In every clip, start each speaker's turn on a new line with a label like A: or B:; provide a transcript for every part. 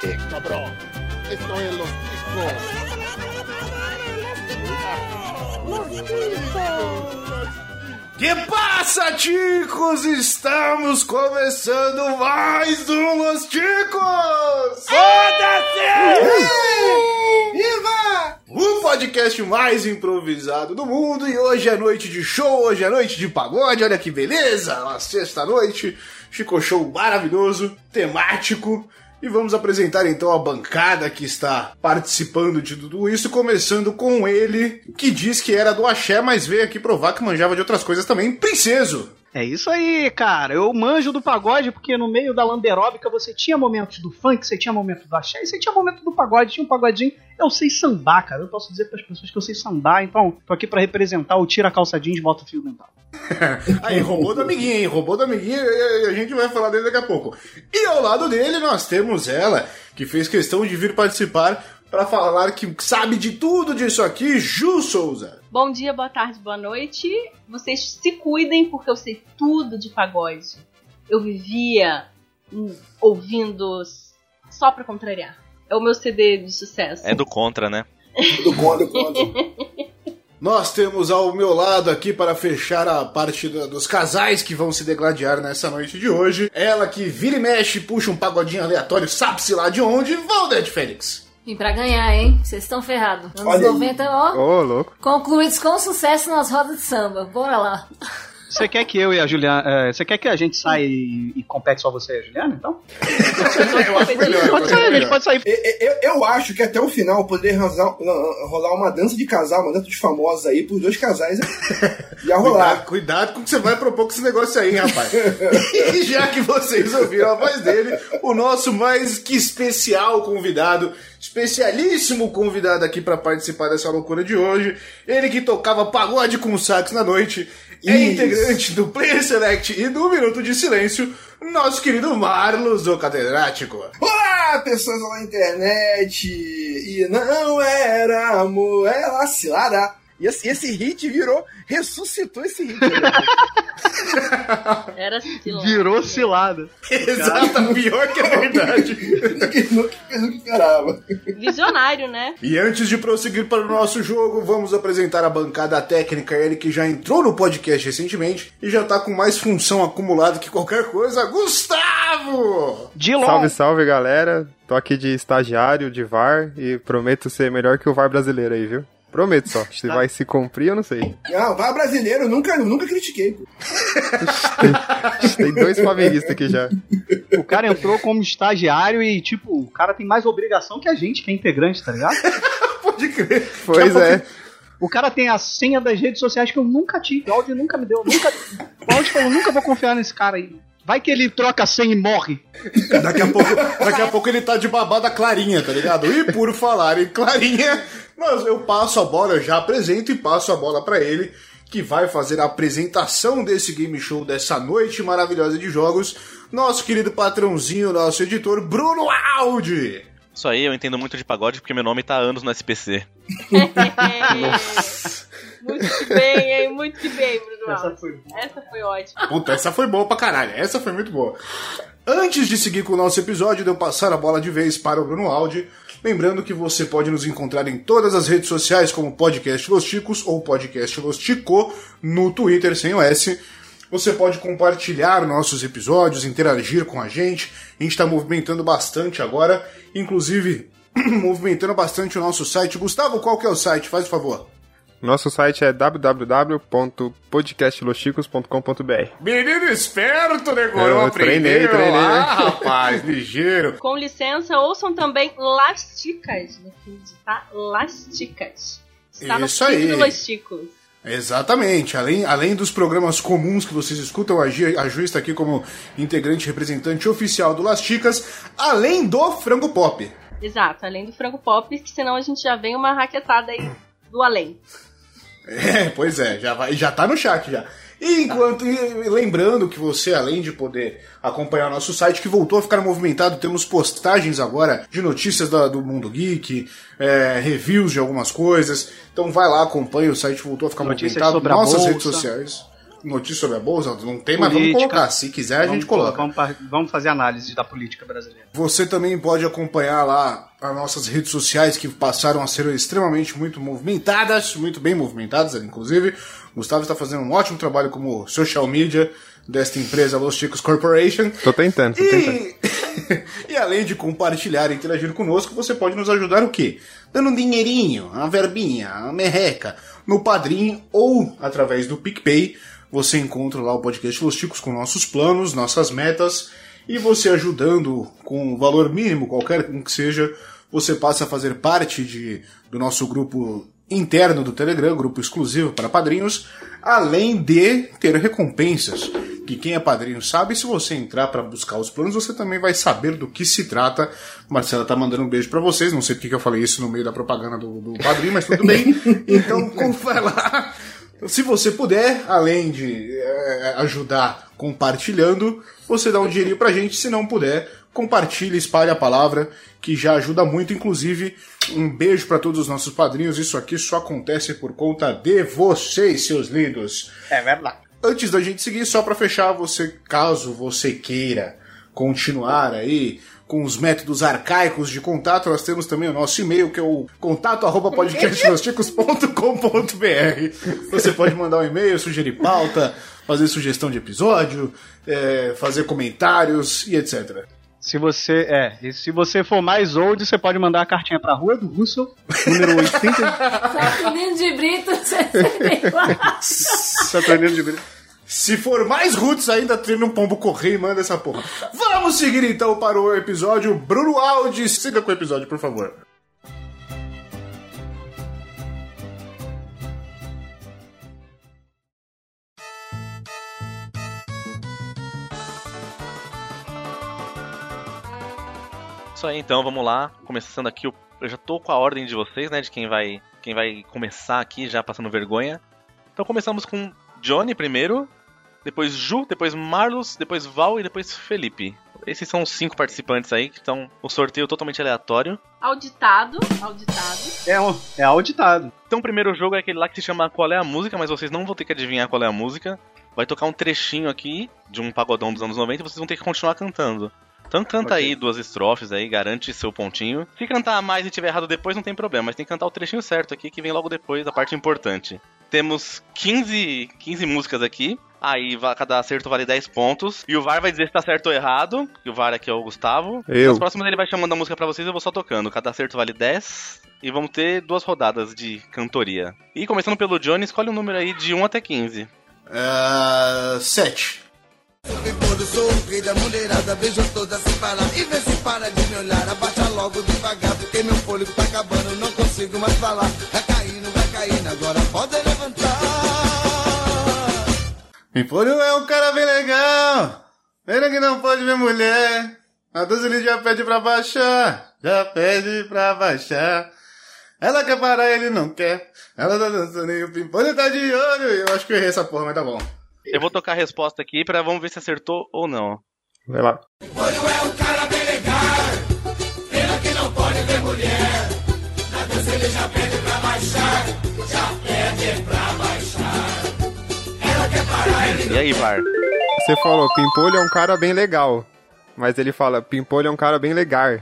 A: qué, cabrón? Esto es los discos.
B: Que passa, ticos? Estamos começando mais um Los Ticos! Foda-se! Viva! O podcast mais improvisado do mundo e hoje é noite de show, hoje é noite de pagode, olha que beleza! Uma sexta-noite, Chico Show maravilhoso, temático. E vamos apresentar então a bancada que está participando de tudo isso, começando com ele, que diz que era do axé, mas veio aqui provar que manjava de outras coisas também, Princeso!
C: É isso aí, cara. Eu manjo do pagode porque no meio da landeróbica você tinha momentos do funk, você tinha momento do axé, e você tinha momento do pagode, tinha um pagodinho. Eu sei sambar, cara. Eu posso dizer para as pessoas que eu sei sambar, então tô aqui para representar o tira calça jeans, bota o fio dental.
B: Aí, roubou do amiguinho, hein? Roubou do amiguinho e a- a gente vai falar dele daqui a pouco. E ao lado dele nós temos ela, que fez questão de vir participar para falar que sabe de tudo disso aqui, Ju Souza.
D: Bom dia, boa tarde, boa noite. Vocês se cuidem porque eu sei tudo de pagode. Eu vivia hum, ouvindo s- só pra contrariar. É o meu CD de sucesso.
E: É do contra, né?
A: Tudo bom, tudo bom, tudo bom.
B: Nós temos ao meu lado aqui para fechar a parte da- dos casais que vão se degladiar nessa noite de hoje. Ela que vira e mexe, puxa um pagodinho aleatório, sabe-se lá de onde, Valdete Félix.
F: Vim pra ganhar, hein? Vocês estão ferrados. Anos
A: Olha aí.
F: 90, ó.
B: louco.
F: Concluídos com sucesso nas rodas de samba. Bora lá.
C: Você quer que eu e a Juliana. eh, Você quer que a gente saia e, e compete só você e a Juliana, então?
B: Eu acho melhor. eu
C: Pode
B: acho
C: sair, a gente
B: melhor.
C: pode sair.
G: Eu, eu- eu acho que até o final poderia rolar, rolar uma dança de casal, uma dança de famosos aí pros dois casais. né? Ia rolar.
B: Cuidado, cuidado com o que você vai propor com esse negócio aí, hein, rapaz. e já que vocês ouviram a voz dele, o nosso mais que especial convidado, especialíssimo convidado aqui para participar dessa loucura de hoje, ele que tocava pagode com sax na noite, é
G: Isso.
B: integrante do Player Select e do Minuto de Silêncio, nosso querido Marlos, o catedrático.
G: Olá, pessoas na internet! E não era amor, era cilada. E esse, esse hit virou, ressuscitou esse hit.
D: Era assim. lá.
C: Virou cilada.
B: Exato, pior que a verdade.
G: Ninguém nunca, nunca esperava.
D: Visionário, né?
B: E antes de prosseguir para o nosso jogo, vamos apresentar a bancada técnica, ele que já entrou no podcast recentemente e já tá com mais função acumulada que qualquer coisa, Gustavo!
C: De longe.
H: Salve, salve, galera. Tô aqui de estagiário de VAR e prometo ser melhor que o VAR brasileiro aí, viu? Prometo só. Se vai se cumprir, eu não sei.
G: Não, vai brasileiro, nunca, nunca critiquei. pô.
H: Tem dois flamenguistas aqui já.
C: O cara entrou como estagiário e, tipo, o cara tem mais obrigação que a gente, que é integrante, tá ligado?
B: Pode crer.
H: Pois é.
C: O cara tem a senha das redes sociais que eu nunca tive. O Aldi nunca me deu. Nunca... O Aldi falou, nunca vou confiar nesse cara aí. Vai que ele troca a senha e morre.
B: Daqui a pouco, daqui a pouco ele tá de babada clarinha, tá ligado? E por falar em clarinha, mas eu passo a bola, eu já apresento e passo a bola para ele, que vai fazer a apresentação desse game show dessa noite maravilhosa de jogos, nosso querido patrãozinho, nosso editor Bruno Aldi.
E: Isso aí, eu entendo muito de pagode porque meu nome tá há anos no SPC.
D: muito que bem, hein? Muito que bem, Bruno Alves.
C: foi
D: Essa foi ótima.
B: Puta, essa foi boa pra caralho. Essa foi muito boa. Antes de seguir com o nosso episódio, de eu passar a bola de vez para o Bruno Aldi, lembrando que você pode nos encontrar em todas as redes sociais como Podcast Los Ticos ou Podcast Los Tico, no Twitter sem o S. Você pode compartilhar nossos episódios, interagir com a gente. A gente está movimentando bastante agora, inclusive movimentando bastante o nosso site. Gustavo, qual que é o site? Faz o favor.
H: Nosso site é www.podcastlosticos.com.br.
B: Menino esperto, nego.
H: Eu
B: Eu
H: treinei,
B: aprendi.
H: treinei. né?
B: Ah, rapaz, ligeiro.
D: Com licença, ouçam também Lasticas no feed, tá? Lasticas. Está no
B: Isso
D: feed
B: aí.
D: do Lasticos.
B: Exatamente. Além, além dos programas comuns que vocês escutam, a, Gi- a Ju está aqui como integrante e representante oficial do Las Chicas, além do Frango Pop.
D: Exato, além do frango pop, que senão a gente já vem uma raquetada aí do além.
B: É, pois é, já, vai, já tá no chat já. E enquanto. e lembrando que você, além de poder acompanhar nosso site, que voltou a ficar movimentado, temos postagens agora de notícias da- do Mundo Geek, é, reviews de algumas coisas. Então vai lá, acompanha, o site voltou a ficar
C: Notícias
B: movimentado.
C: sobre a
B: Nossas
C: bolsa.
B: redes sociais. notícia sobre a bolsa? Não tem, mas vamos
C: Política.
B: colocar. Se quiser, a gente coloca.
C: Vamos, um par- vamos fazer análise da política brasileira.
B: Você também pode acompanhar lá as nossas redes sociais que passaram a ser extremamente muito movimentadas, muito bem movimentadas, inclusive. O Gustavo está fazendo um ótimo trabalho como social media desta empresa Los Chicos Corporation.
H: Tô tentando, tô tentando.
B: E... e além de compartilhar e interagir conosco, você pode nos ajudar o quê? Dando um dinheirinho, uma verbinha, uma merreca, no Padrim ou através do PicPay. Você encontra lá o podcast Los Ticos com nossos planos, nossas metas. E você ajudando com um valor mínimo, qualquer um que seja, você passa a fazer parte de, do nosso grupo interno do Telegram, grupo exclusivo para padrinhos, além de ter recompensas. Que quem é padrinho sabe, se você entrar para buscar os planos, você também vai saber do que se trata. Marcela tá mandando um beijo para vocês, não sei porque que eu falei isso no meio da propaganda do, do padrinho, mas tudo bem. Então, como vai lá? Se você puder, além de eh, ajudar compartilhando, você dá um dinheirinho pra gente. Se não puder, compartilhe, espalhe a palavra, que já ajuda muito. Inclusive, um beijo pra todos os nossos padrinhos. Isso aqui só acontece por conta de vocês, seus lindos.
C: É verdade.
B: Antes da gente seguir, só para fechar, você, caso você queira continuar aí com os métodos arcaicos de contato, nós temos também o nosso e-mail, que é o contato.podcastlosticos.com.br. Você pode mandar um e-mail, sugerir pauta, fazer sugestão de episódio, eh, fazer comentários e etc.
C: Se você, é, e se você for mais old, você pode mandar a cartinha pra Rua do Russell, número 80.
F: Saturnino Tá de Brito, você veio lá.
C: Saturnino de Brito.
B: Se for mais roots ainda, treina um pombo correio e manda essa porra. Vamos seguir então para o episódio. Bruno Aldi, siga com o episódio, por favor.
E: Isso aí, então, vamos lá. Começando aqui, o- eu já tô com a ordem de vocês, né? De quem vai, quem vai começar aqui, já passando vergonha. Então começamos com Johnny primeiro, depois Ju, depois Marlos, depois Val e depois Felipe. Esses são os cinco participantes aí, que estão o sorteio totalmente aleatório.
D: Auditado, auditado.
C: É, um- é auditado.
E: Então o primeiro jogo é aquele lá que se chama Qual é a Música, mas vocês não vão ter que adivinhar qual é a música. Vai tocar um trechinho aqui de um pagodão dos anos 90 e vocês vão ter que continuar cantando. Então canta aí duas estrofes aí, garante seu pontinho. Se cantar mais e tiver errado depois, não tem problema, mas tem que cantar o trechinho certo aqui que vem logo depois, a parte importante. Temos 15, 15 músicas aqui. Aí va- cada acerto vale 10 pontos. E o VAR vai dizer se tá certo ou errado. E o VAR aqui é o Gustavo.
H: Eu.
E: Nas próximas ele vai chamando a música pra vocês, eu vou só tocando. Cada acerto vale 10. E vamos ter duas rodadas de cantoria. E começando pelo Johnny, escolhe um número aí de 1 até 15.
B: Ah, Sete. Meu folho é um cara bem legal. Ele que não pode ver mulher. A doze ele já pede pra baixar. Já pede pra baixar. Ela quer parar, ele não quer. Ela tá dançando e o pimpolho tá de olho. Eu acho que eu errei essa porra, mas tá bom.
E: Eu vou tocar a resposta aqui pra vamos ver se acertou ou não.
H: Vai lá.
E: E aí, VAR?
H: Você falou, Pimpolho é um cara bem legal. Mas ele fala, Pimpolho é um cara bem legal.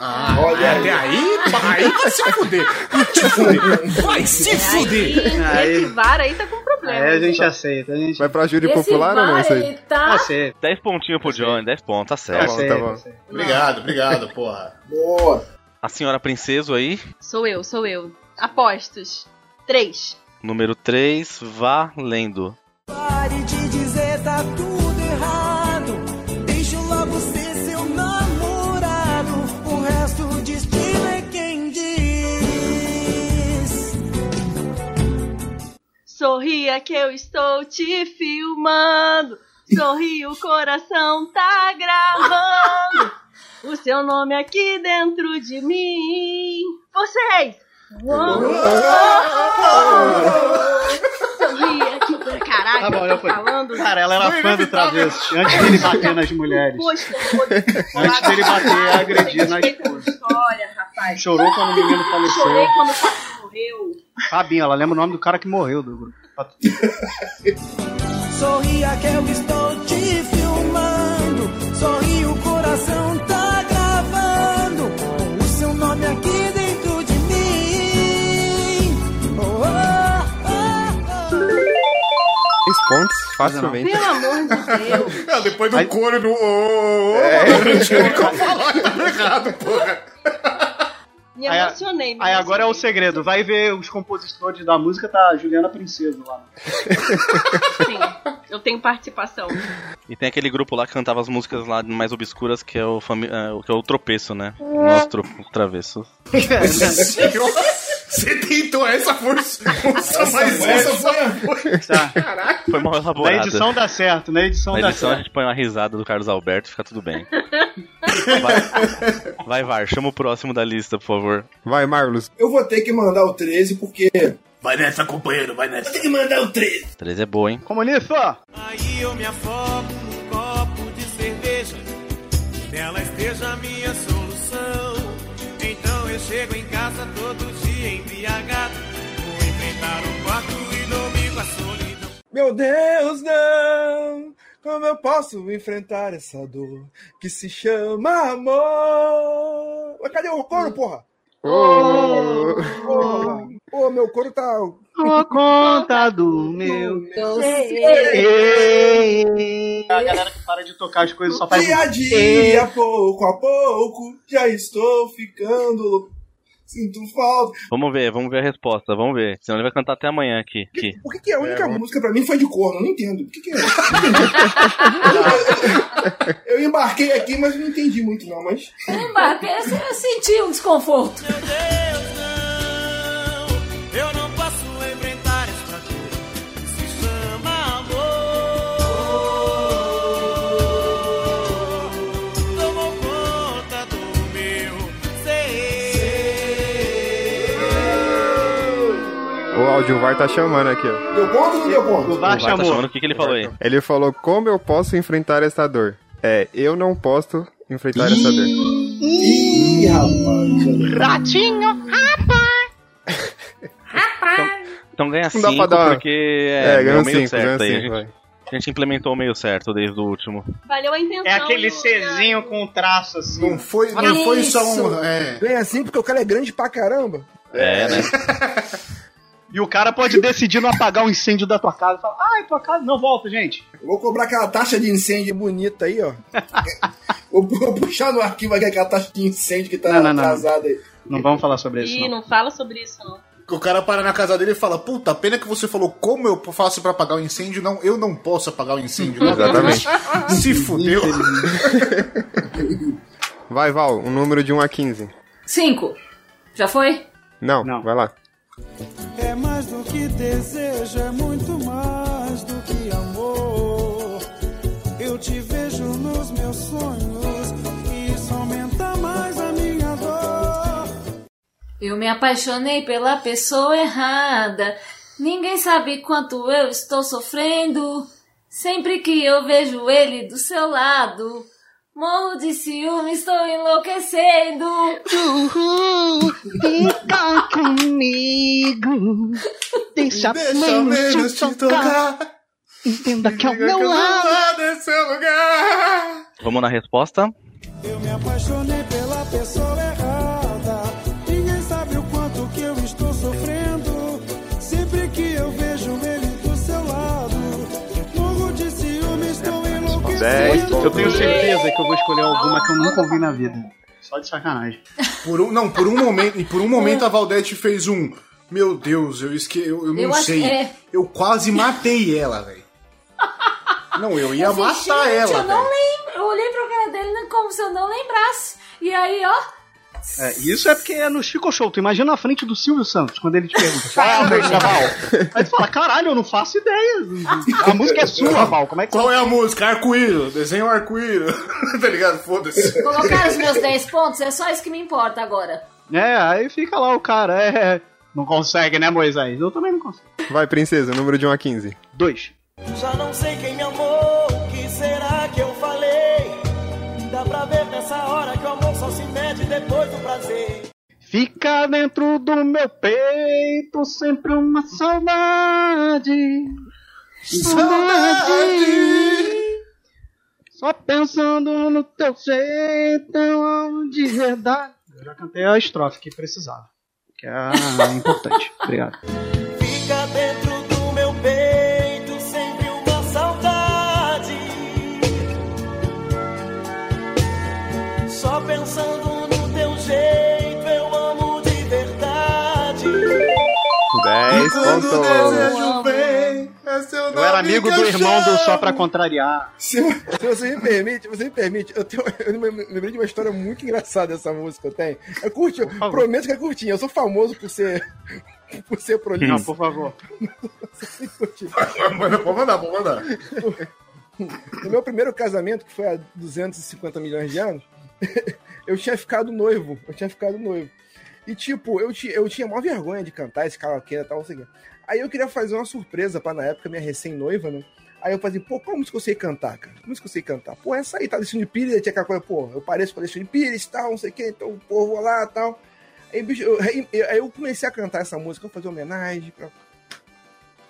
B: Ah, Olha até aí, aí vai se fuder. Vai te fuder. Vai se fuder.
D: Aí,
C: Aí.
D: esse VAR aí tá com problema.
C: É, a gente aceita, a gente
H: Vai pra júri
F: Esse
H: popular ou não
F: VAR,
H: isso aí?
F: ele tá...
C: aceita.
E: 10 pontinhos pro Johnny, 10 pontos, tá certo.
H: bom,
C: aceita,
H: tá bom.
C: aceita.
B: Obrigado, obrigado, porra.
G: Boa.
E: A senhora Princeso aí,
D: Sou eu, sou eu. Apostos. Três.
E: número 3, valendo.
I: Pare de dizer tá tudo errado. Deixa eu logo ser seu namorado. O resto o destino é quem diz.
D: Sorria que eu estou te filmando. Sorri, o coração tá gravando. O seu nome aqui dentro de mim. é Vocês! Sorria que. Caraca,
C: Tá bom,
D: eu
C: já
D: tô
C: foi.
D: falando.
C: Cara, ela era fã do travesti. Antes dele bater nas mulheres.
D: Poxa, eu vou-
C: Antes dele bater, agredir né? na
D: Respeita a minha
C: esposa.
D: história, rapaz.
C: Chorou quando o menino faleceu.
D: Chorei quando o papai morreu.
C: Fabinho, ela lembra o nome do cara que morreu do grupo.
I: Sorria que eu estou te filmando. Sorri, o coração tá gravando. O seu nome aqui dentro de mim. Oh, oh, oh, oh.
H: Três pontos, facilmente.
D: Pelo amor de Deus.
B: Ah, depois do couro do. ô, ô, ô, mano, eu tinha que eu falar, tá errado, porra.
D: Me
C: Aí a-
D: emocionei. me
C: Aí agora é o
D: emocionei.
C: segredo, vai ver os compositores da música, tá a Juliana Princesa lá.
D: Sim, eu tenho participação.
E: E tem aquele grupo lá que cantava as músicas lá mais obscuras, que é o, fami- é, o- que é o tropeço, né? Nós tro... travessos.
C: É, né?
B: Senhor, assim, Você tentou essa força. Nossa, mas essa foi.
C: Tá.
E: Foi mal
C: Na
E: elaborado.
C: edição dá certo, na edição
H: Então
E: Na
C: dá
E: edição a
C: certo.
E: gente põe uma risada do Carlos Alberto, fica tudo bem. Vai, vai VAR, chama o próximo da lista, por favor.
H: Vai, Marlos.
G: Eu vou ter que mandar o 13 porque.
B: Vai nessa, companheiro, vai nessa.
G: Tem que mandar o 13.
E: 13 é boa, hein?
C: Comunista!
I: Aí eu me afogo num copo de cerveja, que nela esteja a minha solução. Então eu chego em casa todo dia embriagado, vou enfrentar o quarto e domingo a solidão.
G: Meu Deus, não! Como eu posso enfrentar essa dor que se chama amor? Ué, Cadê o couro, porra?
H: Ô,
G: Ô, ô, meu couro tá.
C: Tô conta do meu.
F: Eu sei.
C: A galera que para de tocar as coisas só faz.
G: Dia a dia, pouco a pouco, já estou ficando louco. Sinto falta.
E: Vamos ver, vamos ver a resposta, vamos ver. Senão ele vai cantar até amanhã aqui. aqui.
G: Por que, que a única música pra mim foi de corno? Eu não entendo. Por que, que é? eu embarquei aqui, mas não entendi muito, não. Mas
F: Lembra, eu eu senti um desconforto.
I: Meu Deus, não, eu não posso enfrentar esta dor que se chama amor. Tomou conta do meu ser.
H: o áudio VAR tá chamando aqui, ó.
G: deu ponto ou não deu ponto?
C: O VAR
E: Vai, tá chamando
C: chamou.
E: o que, que ele falou aí?
H: Ele falou: Como eu posso enfrentar esta dor? É, eu não posso enfrentar essa dor.
G: Ih, rapaz.
C: Ratinho!
E: Então ganha
H: Não dá
E: 5,
H: pra dar-
E: porque é, é o
H: ganhou
E: meio
H: cinco,
E: certo aí. A
H: ganhou
E: gente,
H: cinco, vai.
E: a gente implementou o meio certo desde o último.
D: Valeu a intenção.
C: É aquele
D: Juliana.
C: Czinho com traço assim.
B: Não foi, não foi só um.
F: Isso.
B: É.
G: Ganha assim porque o cara é grande pra caramba.
E: É, né?
C: E o cara pode decidir não apagar o incêndio da tua casa. Fala, ai, tua casa não volta, gente.
G: Eu Vou cobrar aquela taxa de incêndio bonita aí, ó. vou, vou puxar no arquivo aqui aquela taxa de incêndio que tá
C: Não, não, não.
G: atrasada aí.
C: Não vamos falar sobre isso.
D: Ih,
C: não.
D: não fala sobre isso, não.
B: O cara para na casa dele e fala: Puta, pena que você falou como eu faço pra apagar o incêndio. Não, eu não posso apagar o incêndio. né?"
H: Exatamente.
B: Se fudeu.
H: Vai, Val, um número de 1 a 15.
F: Cinco. Já foi?
H: Não,
C: Não.
H: vai lá.
I: É mais do que desejo, é muito mais do que amor. Eu te vejo nos meus sonhos e isso aumenta mais a minha dor.
F: Eu me apaixonei pela pessoa errada. Ninguém sabe quanto eu estou sofrendo. Sempre que eu vejo ele do seu lado, morro de ciúme, estou enlouquecendo.
C: Uhul, fica comigo. Deixa,
B: menos te tocar.
C: Entenda que é o
B: Não lá nesse lugar.
E: Vamos na resposta?
I: Eu me apaixonei pela pessoa errada. Ninguém sabe o quanto que eu estou sofrendo. Sempre que eu vejo ele do seu lado, morro de ciúme, estou
H: Dez
I: enlouquecendo.
H: pontos.
C: Eu tenho certeza que eu vou escolher alguma que eu nunca ouvi na vida. Só de sacanagem.
B: Por um, não, por um momento, e por um momento a Valdete fez um. Meu Deus, eu esque... eu, eu não
F: Eu acho-
B: sei.
F: é.
B: Eu quase matei ela, velho. Não, eu ia matar
F: Gente,
B: ela.
F: Eu não
B: velho.
F: lembro. Eu olhei pra cara dele né, como se eu não lembrasse. E aí, ó.
C: É, isso é porque é no Chico Show. Tu imagina na frente do Silvio Santos, quando ele te pergunta. Qual é a música, Val? Aí tu fala, caralho, eu não faço ideia. A música é sua, Val. Como é que
B: Qual é a música? Arco-íris. Desenho arco-íris. tá ligado? Foda-se.
F: Colocar os meus 10 pontos, é só isso que me importa agora.
C: É, aí fica lá o cara, é. Não consegue, né, Moisés? Eu também não consigo.
H: Vai, princesa, um número de 1 a 15.
C: Dois.
I: Já não sei quem me amou, o que será que eu falei? Dá pra ver nessa hora que o amor só se mede depois do prazer.
C: Fica dentro do meu peito sempre uma saudade.
B: Saudade!
C: Só pensando no teu jeito de verdade. Eu já cantei a estrofe que precisava. Que é importante. Obrigado.
I: Fica dentro do meu peito sempre uma saudade. Só pensando no teu jeito eu amo de verdade.
C: É
H: 10
B: Quando o
H: pontos.
B: desejo vem, é seu nome
C: então. Eu era amigo
B: que
C: do
B: eu
C: irmão do
B: chamo.
C: Só Pra Contrariar.
J: Se, se você me permite, se você me permite, eu, tenho, eu me- me lembrei de uma história muito engraçada dessa música que eu tenho. Eu curti, eu
C: favor.
J: prometo que é curtinha. Eu sou famoso por ser por ser
C: Não,
J: prolixo.
C: por favor.
B: Manda- Pode mandar, pode mandar.
J: No meu primeiro casamento, que foi há 250 milhões de anos, eu tinha ficado noivo. Eu tinha ficado noivo. E, tipo, eu, ti- eu tinha maior vergonha de cantar esse karaokê e tal, não sei o quê. Aí eu queria fazer uma surpresa pra, na época, minha recém-noiva, né? Aí eu falei, pô, qual música eu sei cantar, cara? Qual música eu sei cantar? Pô, essa aí, tá? Alexandre Pires, aí tinha aquela coisa, pô, eu pareço com Alexandre Pires e tal, não sei o quê, então, pô, vou lá e tal. Aí, bicho, eu, aí- eu- aí eu comecei a cantar essa música, eu fazer homenagem pra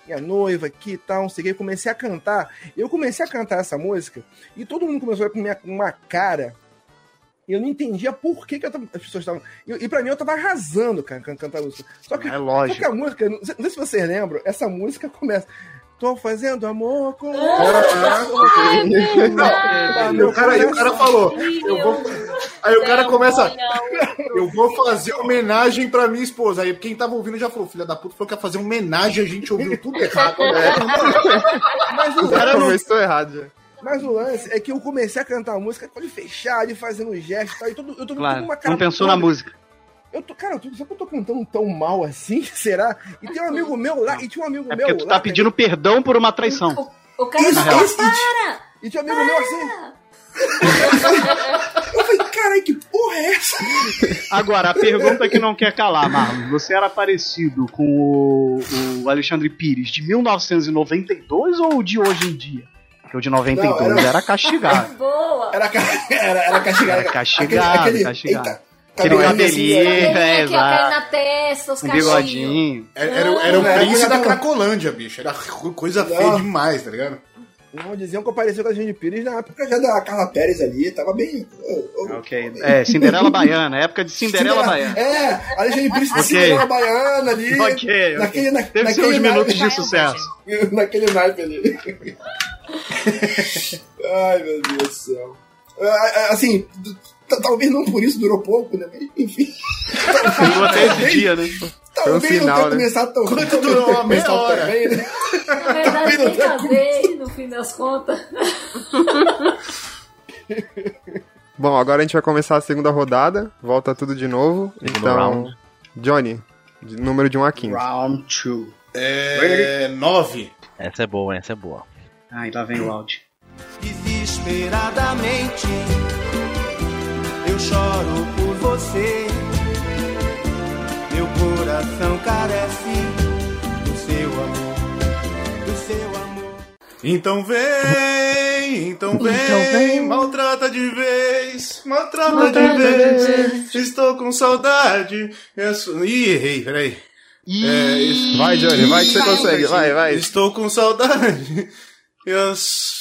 J: minha noiva aqui e tal, não sei o quê. Comecei a cantar. Eu comecei a cantar essa música e todo mundo começou a olhar com uma cara. E eu não entendia por que, que eu tava- as pessoas estavam. E, e pra mim eu tava arrasando, cara, can- cantar a música. Só que
H: É
J: só que
H: lógico.
J: a música, não sei não sei se vocês lembram, essa música começa. Tô fazendo amor com.
F: Ah!
B: Não, e o cara, e o cara falou. Eu vou... Aí o cara começa. Eu vou fazer homenagem pra minha esposa. Aí quem tava ouvindo já falou: filha da puta, falou que ia fazer homenagem, a gente ouviu tudo errado. né?"
J: Mas o,
H: O cara
J: lance,
H: começou errado já.
J: mas o lance é que eu comecei a cantar a música com ele fechado e fazendo gesto e tal. E todo, eu tô
C: Claro.
J: com uma cara.
C: Não pensou na música.
J: Eu tô, cara, eu tô, será que eu tô cantando tão mal assim? Será? E tem um amigo meu lá, e tinha um amigo
C: É
J: meu
C: porque tu
J: lá.
C: tá pedindo perdão por uma traição.
F: O cara tá
J: Isso,
F: fala,
J: isso,
F: para!
J: E tinha um amigo meu assim. Eu falei, caralho, que porra é essa?
C: Agora, a pergunta que não quer calar, Marlon. Você era parecido com o, o Alexandre Pires de 1992 ou o de hoje em dia? Porque o de 92
J: Não,
C: era...
J: era-
C: castigado.
F: Boa!
J: Era, ca- era, era castigado.
C: Era castigado,
J: Aquele-
C: castigado.
J: eita,
C: Aquele
J: cabelinho
C: cabelinho.
J: assim,
C: É,
F: Cabelinho aqui, ó,
C: exato.
F: caindo na testa, os
C: Com
F: cachinhos.
C: bigodinho.
B: Era, era, era o
J: Não,
B: príncipe
J: era-
B: da Cracolândia, bicho. Era coisa feia demais, tá ligado?
J: Não, diziam que eu parecia com a Jane Pires na época já da Carla Pérez ali, tava bem. eu- eu-
C: Ok. É, Cinderela Baiana. Época de Cinderela Baiana.
J: É, a Jane Pires
C: Ok.
J: okay. Cinderela Baiana ali.
C: Ok, ok.
J: Naquele, na,
C: Teve
J: naquele
C: seus minutos de
D: Baiana,
C: sucesso.
J: naipe- Naquele naipe ali. Ai, meu Deus do céu. Ah, ah, Assim, t- t- talvez não por isso durou pouco, né? Mas, Enfim.
C: Durou até esse dia, né?
J: Talvez
H: final,
J: não tenha
H: né?
J: começado tão
B: Quanto durou? Uma meia
J: começado
B: hora.
J: também, né?
F: Na É verdade, tem que haver, no fim das contas.
H: Bom, agora a gente vai começar a segunda rodada. Volta tudo de novo. então,
E: round.
H: Johnny, de- número de 1 a
C: né?
H: 15.
C: Round 2.
B: É. Nove.
E: Essa é boa, hein? essa é boa.
C: Ai, lá vem o áudio.
I: Desesperadamente eu choro por você. Meu coração carece do seu amor, do seu amor.
B: Então vem, então vem, maltrata de vez, maltrata, de, vez. Estou com saudade. Eu sou- Ih, errei, peraí. É, isso-
H: Vai, Johnny, vai que você consegue. Vai, vai.
B: Estou com saudade. Eu... s-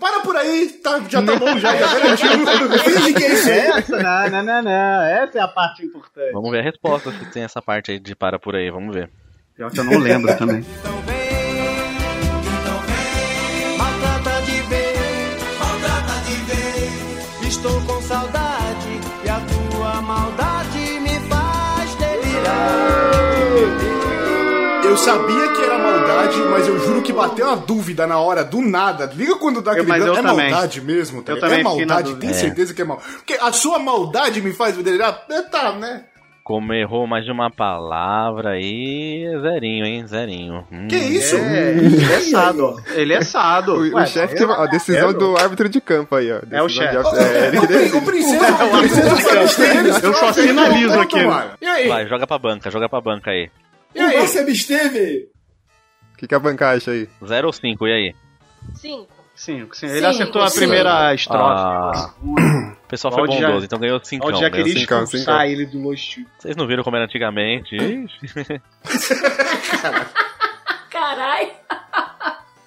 B: Para por aí, tá- já tá bom, já. já garantiu.
C: é Essa, não, não, não, não. Essa é a parte importante.
E: Vamos ver a resposta se tem essa parte aí de para por aí, vamos ver.
C: Pior que eu não lembro também.
I: Então vem, então vem, maltrata de vez, maltrata de vez. Estou com saudade e a tua maldade me faz delirar.
B: Eu sabia que era maldade, mas eu juro que bateu uma dúvida na hora, do nada. Liga quando dá
C: Eu-
B: aquele
C: mas
B: grito.
C: eu
B: É
C: também.
B: maldade mesmo, tá
C: Eu
B: ligado?
C: também
B: É
C: fiquei na
B: maldade,
C: dúvida.
B: tem
E: É.
B: certeza que é mal. Porque a sua maldade me faz delirar? É, tá, né?
E: Como errou mais de uma palavra aí, zerinho, hein? Zerinho. Hum.
B: Que isso?
C: ele é sado. Ele é sado.
H: O, o
C: Ué,
H: chefe que. A decisão do árbitro de campo aí, ó. Decisão de
C: chefe.
H: árbitro- é, ele-
B: O, pri- o princesa, o princesa foi nos tênis.
C: Eu só sinalizo
B: Então,
C: aqui. né?
B: tomara. E aí?
E: Vai, joga pra banca, joga pra banca aí.
B: E
J: O
B: aí?
J: Barça absteve.
H: O que, que a banca acha aí?
E: Zero ou cinco, e aí?
D: Cinco.
C: Sim, sim, ele
F: Sim,
C: acertou a
F: sim.
C: primeira estrofe.
E: Ah, o pessoal foi
C: Valdir já-
E: bondoso, então ganhou cinco.
C: Onde já queria
H: cinco,
E: assim, então.
C: expulsar ele do Lost
E: Vocês não viram como era antigamente? Ixi.
F: Caralho!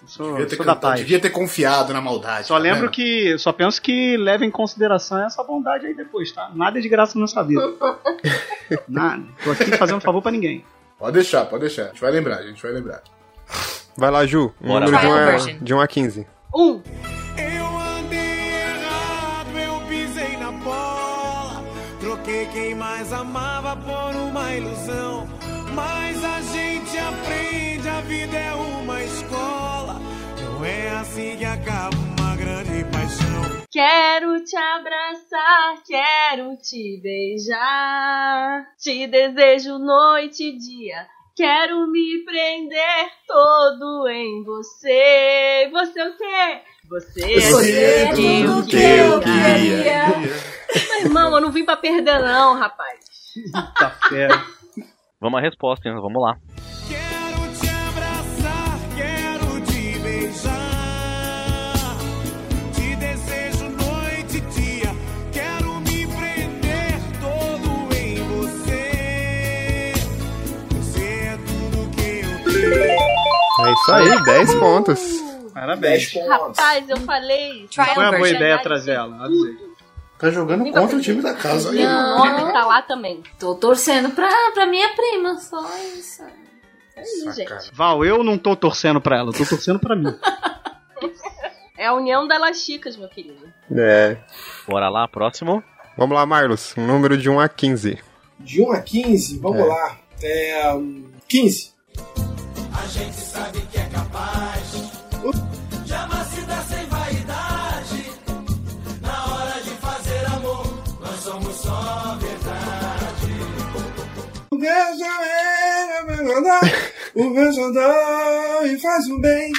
C: Sou,
B: Devia ter,
C: sou da
B: cantado,
C: paz.
B: devia ter confiado na maldade.
C: Só
B: tá
C: lembro
B: vendo?
C: que. Só penso que leva em consideração essa bondade aí depois, tá? Nada de graça nessa vida. Nada. Tô aqui fazendo favor pra ninguém.
B: Pode deixar, pode deixar. A gente vai lembrar, a gente vai lembrar.
H: Vai lá, Ju. Um
E: Bora
H: número
E: lá.
H: de 1
D: Final
H: a,
D: version.
H: de um a 15.
D: Um.
I: Eu andei errado, eu pisei na bola. Troquei quem mais amava por uma ilusão. Mas a gente aprende, a vida é uma escola. Não é assim que acaba uma grande paixão.
D: Quero te abraçar, quero te beijar. Te desejo noite e dia. Quero me prender todo em você. Você é o quê? Você, é
F: é
D: tudo que eu quero. Meu irmão, eu não vim pra perder, não, rapaz.
C: Tá fera.
E: Vamos à resposta, hein? Vamos lá.
I: Quero te abraçar, quero te beijar. Te desejo noite e dia. Quero me prender todo em você. Você é tudo que eu tenho.
H: É isso aí, 10 pontos.
C: Parabéns.
D: Rapaz, eu falei.
C: Foi uma
D: Quero
C: boa
D: chegar
C: ideia
D: em
C: trazer ela. avisei.
B: Tá jogando contra o time da casa aí.
F: Não.
D: O nome tá lá também.
F: Tô torcendo pra, pra minha prima, só isso.
D: É Isso aí, gente.
C: Val, eu não tô torcendo pra ela, eu tô torcendo pra mim.
D: É a união delas chicas, meu querido.
H: É.
E: Bora lá, próximo.
H: Vamos lá, Marlos. Um número de 1 a 15.
J: De 1 a 15, vamos
H: É.
J: lá. É, hum, 15.
I: é
J: A gente sabe que é capaz. O beijo é meu andar, o beijo andou e faz um bem.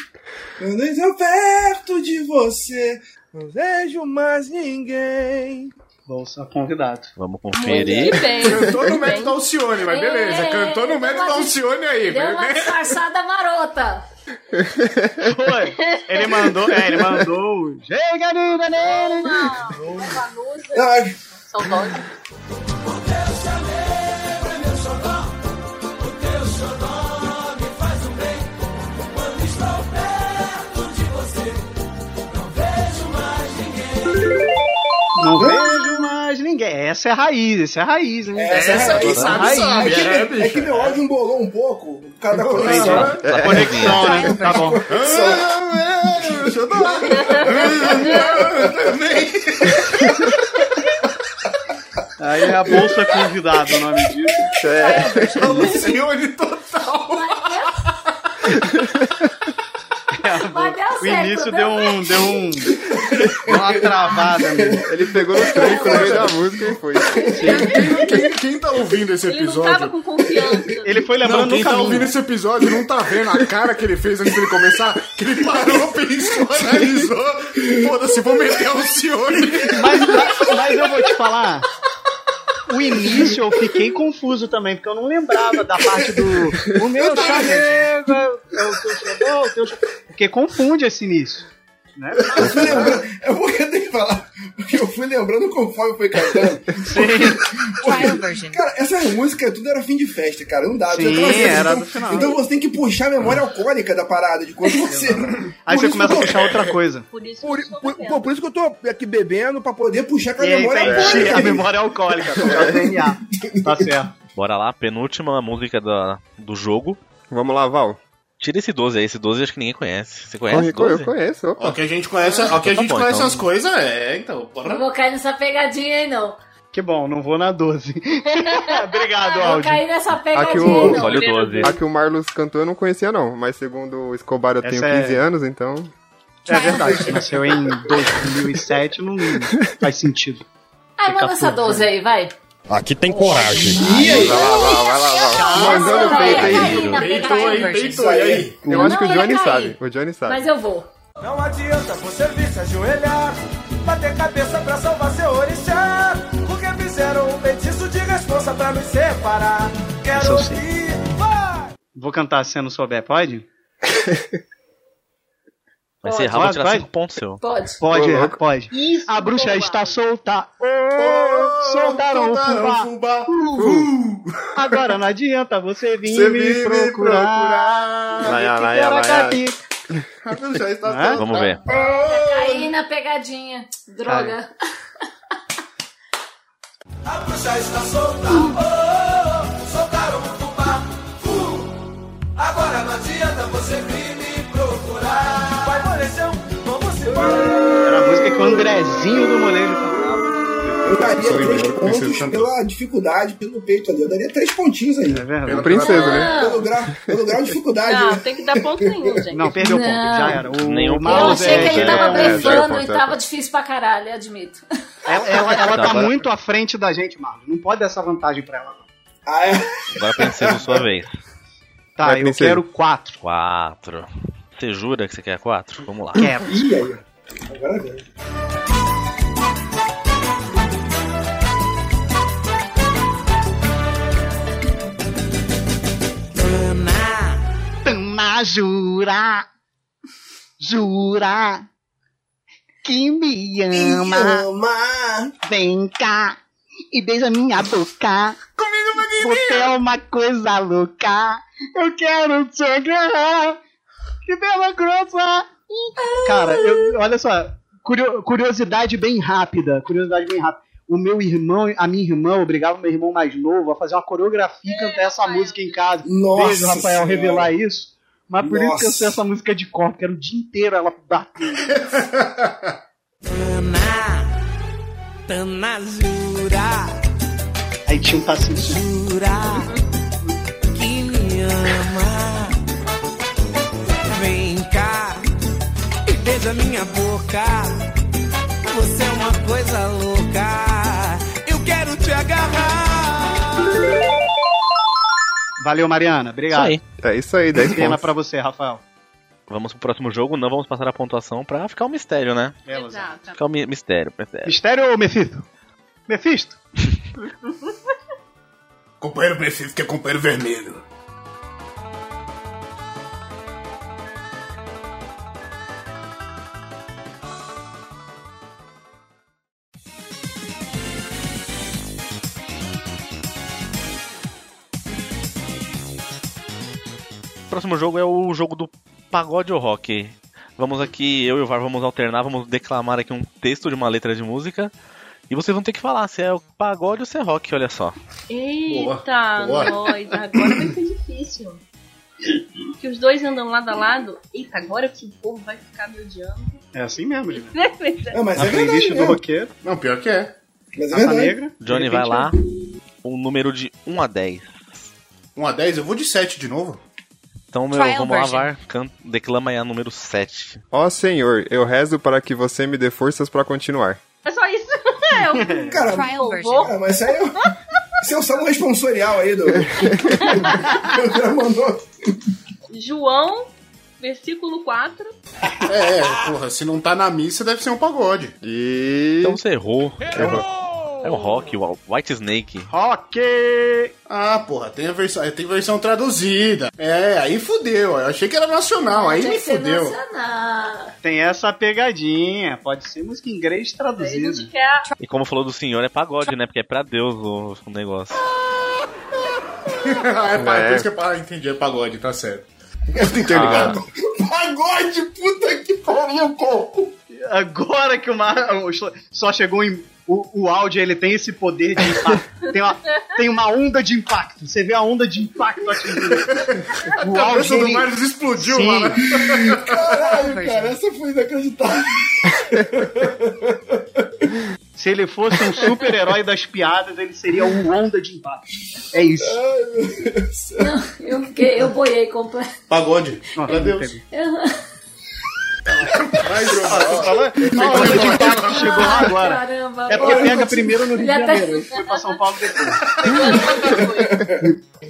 J: Quando eu estou perto de você,
G: Não vejo mais ninguém.
C: Vou ser convidado.
E: Vamos
D: Que
E: conferir.
D: bem.
B: Cantou no
D: que
B: mérito
D: bem.
B: da Alcione, mas beleza.
F: É,
B: Cantou no
F: deu
B: mérito da
F: uma-
B: Alcione aí, né?
F: Deu
B: velho.
F: uma disfarçada marota.
C: Foi! Ele mandou, é, ele mandou. Chega, linda, nele!
J: ah,
D: Saudosa.
C: Não vejo mais ninguém. Essa é a raiz, essa é a raiz, hein?
J: Essa é a
C: Essa
J: raiz,
C: a
J: sabe,
C: raiz.
J: É que,
B: É,
J: é que meu áudio embolou um pouco, por causa da conexão.
B: Ah,
C: A conexão, né? Tá bom. Aí é a bolsa convidada o nome disso.
B: Ah, Alcione então, total.
F: Mas deu
C: O
F: certo.
C: início
F: deu
C: deu um. deu um. deu uma travada, amigo.
H: Ele pegou no tranco no meio da música e foi.
B: Quem, quem- quem tá ouvindo esse
D: Ele não tava
B: episódio?
D: com confiança.
C: Ele foi
B: Não,
C: lembrando um.
B: quem
C: do
B: tá ouvindo
C: caminho.
B: esse episódio não tá vendo a cara que ele fez antes dele começar, que ele parou, pensou, analisou. Foda-se, vou meter Alcione.
C: Mas, mas eu vou te falar. O início eu fiquei confuso também, porque eu não lembrava da parte do. O meu chamego, é o teu chegou, o teu chegou. Porque confunde esse início. Né?
J: Eu fui lembrando, É eu vou ter que falar, porque eu fui lembrando conforme foi cantando.
K: Trial version.
J: Cara, essas músicas tudo era fim de festa, cara, não dá.
C: Sim,
J: Então, assim,
C: era
J: então,
C: do final.
J: então você tem que puxar a memória alcoólica da parada, de quando você...
C: Aí
J: Por
C: você
J: isso
C: começa a
J: que eu-
C: puxar outra coisa.
D: Por isso
G: Por,
D: que eu estou
G: por-
D: bebendo.
G: pô, por isso que eu tô aqui bebendo pra poder.
J: Poder puxar com a
C: E aí
J: memória
C: vai encher
J: alcoólica.
C: a memória alcoólica. colocar o DNA. Tá certo.
E: Bora lá, penúltima música da, do jogo.
H: Vamos lá, Val.
E: Tira esse 12 aí, esse 12 acho que ninguém conhece. Você
H: Eu,
E: conhece?
H: reco- eu
E: 12?
H: conheço. Opa.
B: Ó, que a gente conhece, ó, que a
E: Tá
B: gente
E: bom,
B: conhece
E: então.
B: as coisas, é, então.
F: Não
B: bora.
F: vou cair nessa pegadinha aí, não.
C: Que bom, não vou na 12. Obrigado,
F: Não vou
C: áudio.
F: cair nessa pegadinha
H: o-
F: aí, não.
E: Olha o 12.
H: A Ah, que o Marlos cantou eu não conhecia, não. Mas segundo o Escobar eu
C: Essa
H: tenho
C: é-
H: 15 anos, então.
C: É verdade, se nasceu em 2007, não faz sentido.
F: Ai, manda essa 12 aí, vai.
I: Aqui tem coragem.
J: E aí?
H: Vai lá, vai lá, vai lá. vai lá.
F: Nossa,
H: Mandou no
F: vai
H: peito aí.
F: cair na
B: Peitou
F: pegadinha.
B: aí, peitou aí. aí.
H: Eu acho que o
F: Não, ele
H: Johnny
F: vai cair.
H: sabe. O Johnny sabe.
F: Mas eu vou.
I: Não adianta você vir se ajoelhar, bater cabeça pra salvar seu orixá. Porque fizeram um feitiço de responsa pra nos separar.
C: Isso
I: Quero
C: eu sei.
I: ouvir, vai!
C: Vou cantar se eu não souber, pode?
E: Vai ser errar,
C: Pode,
E: vou tirar
C: pode.
E: 5 pontos seu.
F: Pode.
C: Pode, é.
H: Ô,
C: errar,
H: louco.
C: pode.
D: Isso,
C: A bruxa
D: boa.
C: está solta. Oh, soltaram o fubá.
B: fubá.
C: Agora não adianta você vir
B: Você
C: me
B: vive
C: procurar.
B: procurar.
H: Laia,
C: Que tá
H: laia, laia.
C: caracatica.
B: Tá já está
E: Ah, vamos ver.
F: Caí na pegadinha. Droga.
I: A bruxa está solta, oh, oh, soltaram o fubá. Uh, agora não adianta você vir me procurar. Vai, um moleção, vamos embora.
C: Era a música que o Andrezinho do Molejo cantava.
J: Eu daria
B: Sou
J: três
B: lembrado, Princesa
J: pontos
B: Chantal.
J: pela dificuldade, pelo peito ali. Eu daria três pontinhos aí.
C: É verdade.
B: Pela princesa, né?
J: Pelo grau, pelo grau de dificuldade.
D: Não,
J: né?
D: tem que dar ponto nenhum, gente.
C: Não, perdeu o ponto,
F: Não.
C: já era. O
E: Nenhum ponto.
F: Eu
C: mouse
F: achei que
C: é-
F: ele
E: é,
J: né?
F: tava
E: é,
H: zero
F: blefando
H: ponto,
F: e
H: zero
F: tava
H: ponto.
F: difícil pra caralho, admito.
C: Ela, ela, ela
E: Tá,
C: tá
E: agora-
C: muito à frente da gente, Marlon. Não pode dar essa vantagem pra ela. não.
J: Ah, é.
E: Agora princesa, sua vez.
C: Tá,
H: Vai,
C: eu
H: princesa.
C: quero quatro.
E: Quatro. Você jura que você quer quatro? Vamos lá.
C: Quero.
J: Ih, aí. ó. Agora é vem.
C: Tama jura, jura que me ama.
J: Ama.
C: Vem cá e beija minha boca. Você é uma coisa louca. Eu quero te agarrar. Que bela grossa. Cara, eu- olha só. curio- curiosidade bem rápida. Curiosidade bem rápida. O meu irmão, a minha irmã, obrigava meu irmão mais novo a fazer uma coreografia e cantar essa música em casa.
J: Nossa
C: Beijo, Rafael,
J: Senhora.
C: revelar isso. Mas por isso que eu sei
J: Nossa.
C: essa música de cor, porque era o dia inteiro ela batendo.
I: Tana jura,
C: Aí tinha um passinho assim.
I: jura que me ama. Vem cá e beija minha boca. Você é uma coisa louca. Eu quero te agarrar.
C: Valeu, Mariana.
E: Isso
C: Obrigado.
E: aí.
H: É isso aí, 10
C: Pena
H: pontos.
C: pra você, Rafael.
E: Vamos pro próximo jogo, não vamos passar a pontuação pra ficar um mistério, né?
C: Belas.
D: Exato.
E: Ficar um mi- mistério, mistério.
C: Mistério ou Mefisto? Mefisto?
B: Companheiro preciso que é companheiro vermelho.
E: O próximo jogo é o jogo do pagode ou rock. Vamos aqui, eu e o VAR vamos alternar, vamos declamar aqui um texto de uma letra de música. E vocês vão ter que falar se é o pagode ou se é rock, olha só.
D: Eita,
B: Boa.
D: nós, agora vai ser difícil. Que os dois andam lado a lado. Eita, agora que o povo vai ficar me odiando.
C: É assim mesmo, Lívia.
J: Não, mas
C: A
J: é verdade.
C: playlist do
J: mesmo.
C: roqueiro,
B: Não, pior que é.
J: Mas é
C: Raça
J: verdade.
C: Negra. de
E: Johnny
C: repente,
E: vai lá,
C: é-
E: um número de 1 a 10.
B: 1 a 10, eu vou de 7 de novo.
E: Então, meu,
K: Trial
E: vamos lá,
K: version.
E: VAR, can- declama aí a número 7.
H: Ó Senhor, eu rezo para que você me dê forças pra continuar.
D: É só isso. É um
J: Cara,
K: Trial
D: vou-
K: version.
J: ah, mas isso aí é, isso é um salão responsorial aí do. mandou.
D: João, versículo 4.
B: É, é, porra, se não tá na missa, deve ser um pagode.
H: E.
E: Então você errou.
H: Errou.
E: É o rock, o White Snake.
C: Rock!
B: Ah, porra, tem a versão, tem versão traduzida. É, aí fudeu. Eu achei que era nacional, aí
F: Tinha
B: me
F: que ser
B: fudeu.
F: nacional.
C: Tem essa pegadinha. Pode ser música em inglês
D: Ele não te
C: traduzida.
D: quer.
E: E como falou do senhor, é pagode, né? Porque é pra Deus o, o negócio.
B: Ah, é, pá,
H: É.
B: por isso que é pá, entendi, é pagode, tá certo. Eu tô interligado.
J: Pagode, puta que pariu, pô.
C: Agora que o Mar... o Slo- só chegou em. O, o áudio ele tem esse poder de impacto. tem, uma, tem uma onda de impacto. Você vê a onda de impacto atingindo. O
B: A cabeça
C: áudio.
B: do
C: ele-
B: Marlos explodiu,
C: Sim.
B: mano.
J: né? Caralho, cara, essa foi inacreditável.
C: Se ele fosse um super-herói das piadas, ele seria um onda de impacto. É isso.
F: Eu, fiquei, eu boiei completo.
B: Pagode.
C: Nossa,
B: Pra
C: não
B: Deus.
C: pegou.
B: Vai, João.
C: Não, a onda de impacto chegou lá agora.
F: Caramba.
C: É porque pega primeiro no Rio de
F: Ele
H: tá
F: até-
C: Janeiro, e foi pra São Paulo depois.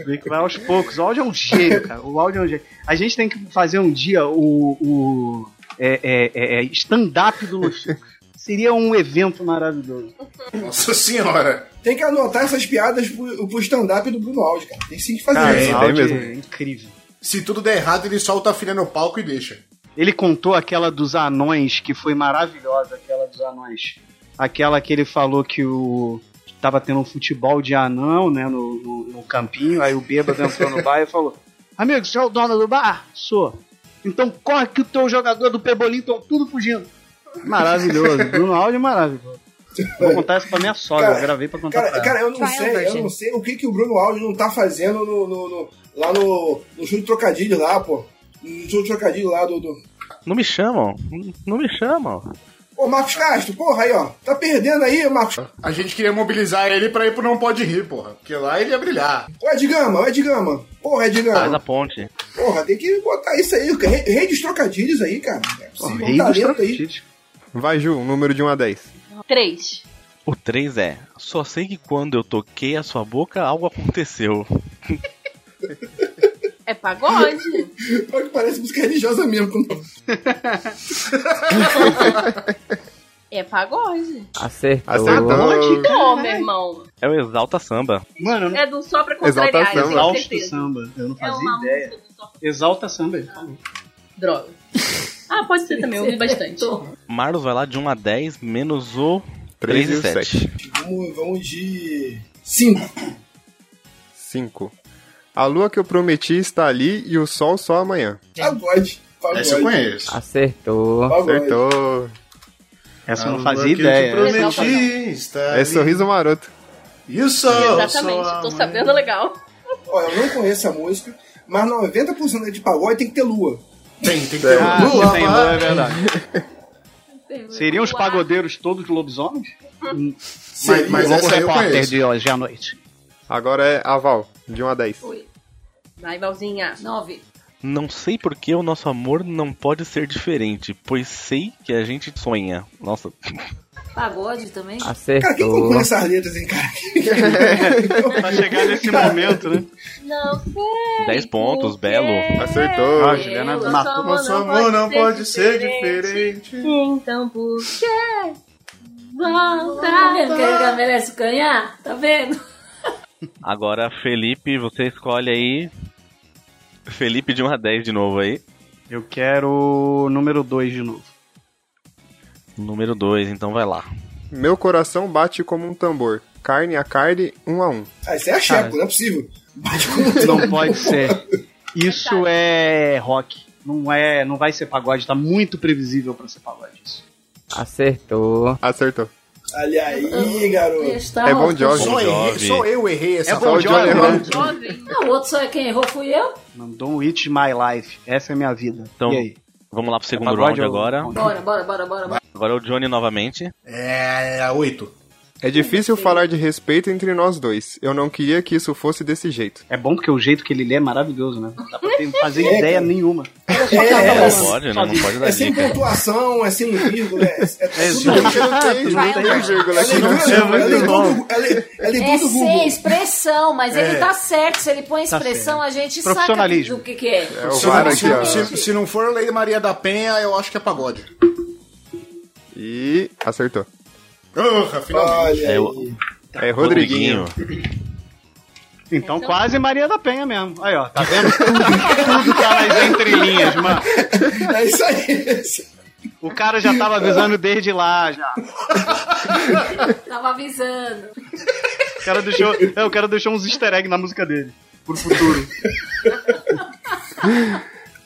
C: Vê que vai aos poucos. O áudio é um gênio, cara. O áudio é um gênio. A gente tem que fazer um dia o, o é, é, é, é, stand-up do Luxo. Seria um evento maravilhoso.
B: Nossa senhora.
J: Tem que anotar essas piadas pro, pro stand-up do Bruno Alves, cara. Tem sim que fazer
H: Ah,
J: isso.
H: é,
C: O
H: tem
C: áudio
H: mesmo.
C: é incrível.
B: Se tudo der errado, ele solta a filha no palco e deixa.
C: Ele contou aquela dos anões, que foi maravilhosa, aquela dos anões. Aquela que ele falou que o. que tava tendo um futebol de anão, né, no, no, no campinho, aí o bêbado entrou no bar e falou: Amigo, você é o dono do bar? Sou. Então corre que o teu jogador do Pebolim estão tudo fugindo. Maravilhoso. Bruno Aldi é maravilhoso. Vou contar isso pra minha sogra,
J: Cara,
C: eu gravei pra contar pra
J: Cara,
C: ela.
J: cara, eu não sei, eu não sei o que, que o Bruno Alves não tá fazendo no, no- no- lá no, no show de trocadilho lá, pô. No show de trocadilho lá do. do...
E: Não me chamam. Não me chamam.
J: Ô, Marcos Castro, porra aí, ó. Tá perdendo aí, Marcos.
B: A gente queria mobilizar ele pra ir pro Não Pode Rir, porra. Porque lá ele ia brilhar.
J: Ô, Edgama, ô, Edgama. Porra, Edgama.
E: Faz a ponte.
J: Porra, tem que botar isso aí, cara. Rei, rei dos trocadilhos aí, cara. É possível,
H: Porra,
J: um
H: rei dos
J: talento aí.
H: Vai, Ju, um número de 1 a 10.
D: Três.
E: O 3 é: Só sei que quando eu toquei a sua boca, algo aconteceu.
D: É pagode.
J: Pior que Parece música religiosa mesmo. quando-
D: É pagode.
E: Acertou.
D: Pô, meu irmão.
E: É o Exalta Samba.
C: um Mano,
D: É do só pra contrariar, eu tenho
C: Exalta
D: certeza.
C: samba. Eu não
D: É
C: fazia
D: uma
C: ideia.
D: música do só.
C: Exalta samba. ele falou.
D: Droga. Ah, pode ser também, eu ouvi bastante.
E: Marlos vai lá de 1 a 10 menos o
H: Três
E: 3
H: e o
E: e 7.
J: Vamos, vamos de. Cinco.
H: 5. A lua que eu prometi está ali e o sol só amanhã.
J: Pagode. Pagode.
B: Esse eu conheço.
C: Ah,
L: Acertou.
H: Acertou.
C: Essa eu
B: A
C: não
B: lua
C: fazia
B: É um que
C: ideia.
B: Eu te
D: Exalta
B: prometi, está
H: É
B: Tá ali.
H: sorriso maroto.
B: Isso!
D: Exatamente,
B: um
D: tô sabendo legal.
J: Ó, eu não conheço a música, mas 90% de pagode tem que ter lua.
B: Tem, tem que ter
C: Ah,
B: uma lua,
C: tem,
B: pá.
C: é verdade. Seriam os pagodeiros todos lobisomens?
B: Mas, mas
C: Globo
B: essa aí eu
C: Repórter
B: conheço.
C: de hoje à noite.
H: Agora é aval, de 1 a 10.
D: Vai, Valzinha.
F: Nove.
E: Não sei por que o nosso amor não pode ser diferente, pois sei que a gente sonha. Nossa,
F: Pagode também?
I: Ah,
J: Cara, quem
L: Acertou.
J: compõe essas letras, hein, cara?
C: Pra chegar nesse momento, né?
D: Não sei.
E: 10 pontos,
D: porque
E: belo.
D: É.
H: Acertou.
C: Ah, Juliana
D: nosso
C: matou.
D: amor
B: Nosso amor não pode ser diferente.
D: Então por que
F: Tá
D: volta?
F: vendo que ele já merece ganhar? Tá vendo?
E: Agora, Felipe, você escolhe aí. Felipe de 1 a 10 de novo aí.
C: Eu quero o número 2 de novo.
E: Número 2, então vai lá.
H: Meu coração bate como um tambor. Carne a carne, um a um.
J: Ah, isso é a
C: Cara.
J: Checo, não é possível. Bate com
C: Não pode ser. Isso é rock. Não é, não vai ser pagode, tá muito previsível pra ser pagode isso.
L: Acertou.
H: Acertou.
J: Olha aí, garoto.
F: Está
H: é bom
F: tá ótimo.
H: Jovi.
B: Só, errei,
E: Jovem.
B: só eu errei essa
C: É
B: frase.
C: bom Jovi,
H: Johnny
C: né?
D: Jovem.
F: Não, o outro só é quem errou fui eu.
C: Mandou um It's My Life. Essa é a minha vida.
E: Então,
C: e aí? É
E: Vamos lá pro segundo
C: Pagode
E: round
C: ou-
E: agora.
F: Bora, bora, bora, bora. bora.
E: Agora é o Johnny novamente.
B: É, a oito.
H: É difícil falar de respeito entre nós dois. Eu não queria que isso fosse desse jeito.
C: É bom porque o jeito que ele lê é maravilhoso, né? Não dá pra ter- fazer ideia nenhuma.
J: É,
E: Não pode, né? Não pode dar
J: é sem
E: dica.
J: pontuação, é sem vírgula, é, é tudo.
H: Porque não tem nenhuma
J: Ela
H: vírgula aqui.
J: é
C: muito
J: ela é
C: bom.
J: leitor do- ela é- ela é leitor
F: É
J: do
F: sem
J: Google.
F: expressão, mas ele tá certo. Se ele põe expressão, a gente saca
C: É. Profissionalismo.
F: do que, que é.
H: É o
B: Se,
H: VAR
B: não,
H: aqui,
B: se,
H: ó.
B: se, se não for Lei Maria da Penha, eu acho que é pagode.
H: E acertou.
B: Porra, finalmente.
J: Olha
E: É
J: aí.
E: o
H: É Rodriguinho.
C: Então quase Maria da Penha mesmo. Aí, ó, tá vendo? Tudo, tudo tá nas entrelinhas, mano.
J: É isso aí. é isso aí.
C: O cara já tava avisando desde lá, já.
F: Tava avisando.
C: O cara deixou, é, o cara deixou uns easter eggs na música dele. Pro futuro.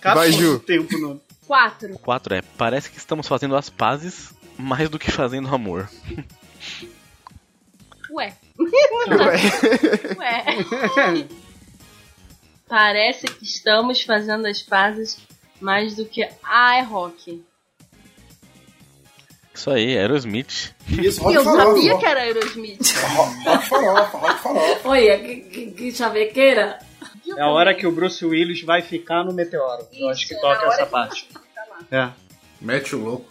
C: Cara,
H: Vai,
C: todo
H: Ju.
C: tempo, não.
D: Quatro.
C: um-
E: 4 é: Parece que estamos fazendo as pazes mais do que fazendo amor.
D: Ué. Ué. Parece que estamos fazendo as pazes mais do que. Ah, é rock.
E: Isso aí, Aerosmith.
J: Isso,
D: E
J: rock
D: eu
J: farofa.
D: sabia que era Aerosmith.
J: Rock rock farofa, rock farofa.
F: Olha, que, que, que chavequeira.
C: É a hora que o Bruce Willis vai ficar no meteoro. eu acho que
D: Isso,
C: toca
D: na hora
C: essa
D: que-
C: parte. É.
B: Mete o louco.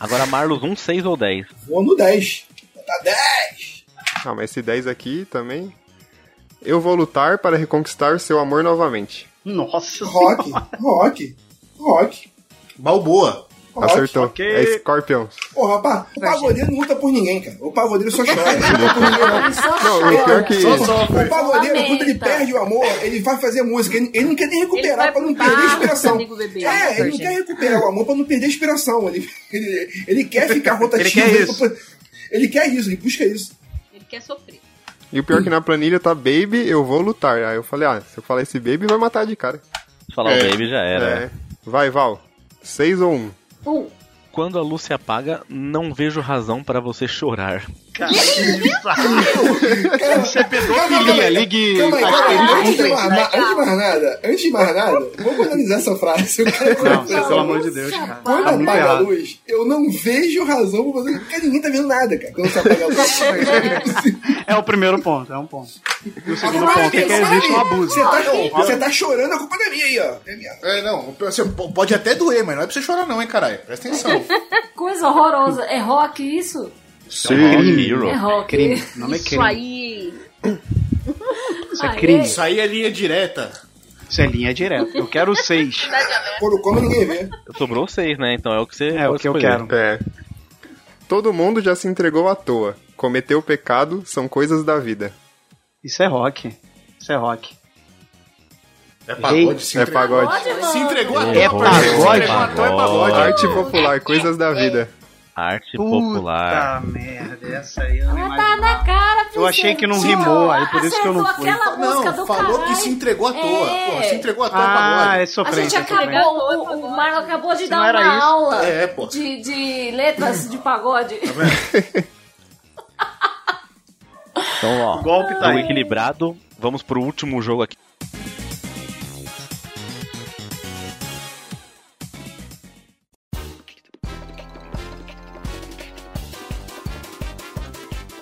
E: Agora, Marlos, 1, 6 ou 10?
J: Vou no 10. Tá 10.
H: Ah, mas esse 10 aqui também. Eu vou lutar para reconquistar seu amor novamente.
C: Nossa
J: Rock, rock, rock.
B: Balboa.
J: rock.
H: Acertou.
C: ok.
H: É Scorpions.
J: Porra, rapaz, o pagodeiro não luta por ninguém, cara. O pagodeiro só chora. Ele Não luta por ninguém, não.
F: Ele só
H: Não, o pior
F: chora.
H: que.
B: Só sofre.
J: O pagodeiro, quando ele
F: Lamenta.
J: perde o amor, ele vai fazer música. Ele, ele não quer nem
D: Ele
J: recuperar
D: vai
J: pra não
D: pro
J: perder a
D: bar,
J: inspiração.
D: amigo bebê.
J: É, ele não quer recuperar o amor pra não perder a inspiração. Ele, ele, ele quer ficar rotativo.
C: Ele quer isso.
J: Ele, ele quer isso, ele busca isso.
D: Ele quer sofrer.
H: E o pior que na planilha tá Baby, eu vou lutar. Aí eu falei, ah, se eu falar esse Baby, vai matar de cara.
E: Se falar
B: É.
E: o Baby já era.
H: É. Vai, Val. Seis ou um?
F: Um.
E: Quando a luz se apaga, não vejo razão para você chorar.
J: Isso é pedofilia, ligue. Calma aí, calma aí. Antes de mais nada- antes de mais nada, antes de mais nada, vamos analisar essa frase. Eu quero
M: Não,
J: conhecer.
M: pelo amor de Deus, cara.
J: Quando
C: Ah,
M: Tá
C: é
M: muito
J: apaga a
M: errado.
J: luz, eu não vejo razão pra fazer. Cara, ninguém tá vendo nada, cara. Quando você tá apaga a luz.
C: É o primeiro ponto, é um ponto. E o segundo
J: Agora,
C: ponto é que
J: sabe,
C: existe um abuso.
J: Você tá,
B: Não,
J: você
B: eu-
J: tá chorando, a culpa não é minha aí, ó.
B: É, não, você p- pode até doer, mas não é pra você chorar, não, hein, caralho. Presta atenção.
F: Coisa horrorosa. É rock isso? É rock. Isso aí.
C: Isso é crime.
B: Isso aí é linha direta.
C: Isso é linha direta. Eu quero seis.
J: Quando come, ninguém vê.
E: Sobrou seis, né? Então é o que você.
C: É o que eu quero.
H: É. Todo mundo já se entregou à toa. Cometeu pecado são coisas da vida.
C: Isso é rock. Isso é rock.
B: É
H: pagode, se
C: é
H: entregar.
C: pagode.
B: Se entregou à
C: É
B: toa, parceiro. Se
C: pagode?
B: entregou à toa, é pagode.
H: Arte popular, coisas da vida.
E: Arte
C: popular. merda, essa aí eu não imagino.
F: na cara,
C: Eu achei que não rimou, aí por isso que eu não fui.
F: Aquela música
B: Não,
F: do
B: falou
F: caralho.
B: que se entregou à toa.
F: É.
B: Pô, se entregou à toa, é pagode.
C: Ah, é
F: A gente
C: sofrência também.
F: acabou, o, o Marlon acabou de
C: Isso
F: dar
C: não era
F: uma
C: isso.
F: aula
C: É, pô.
F: de, de letras de pagode.
E: Então, ó.
C: Golpe tá
E: jogo
C: aí.
E: equilibrado. Vamos pro último jogo aqui.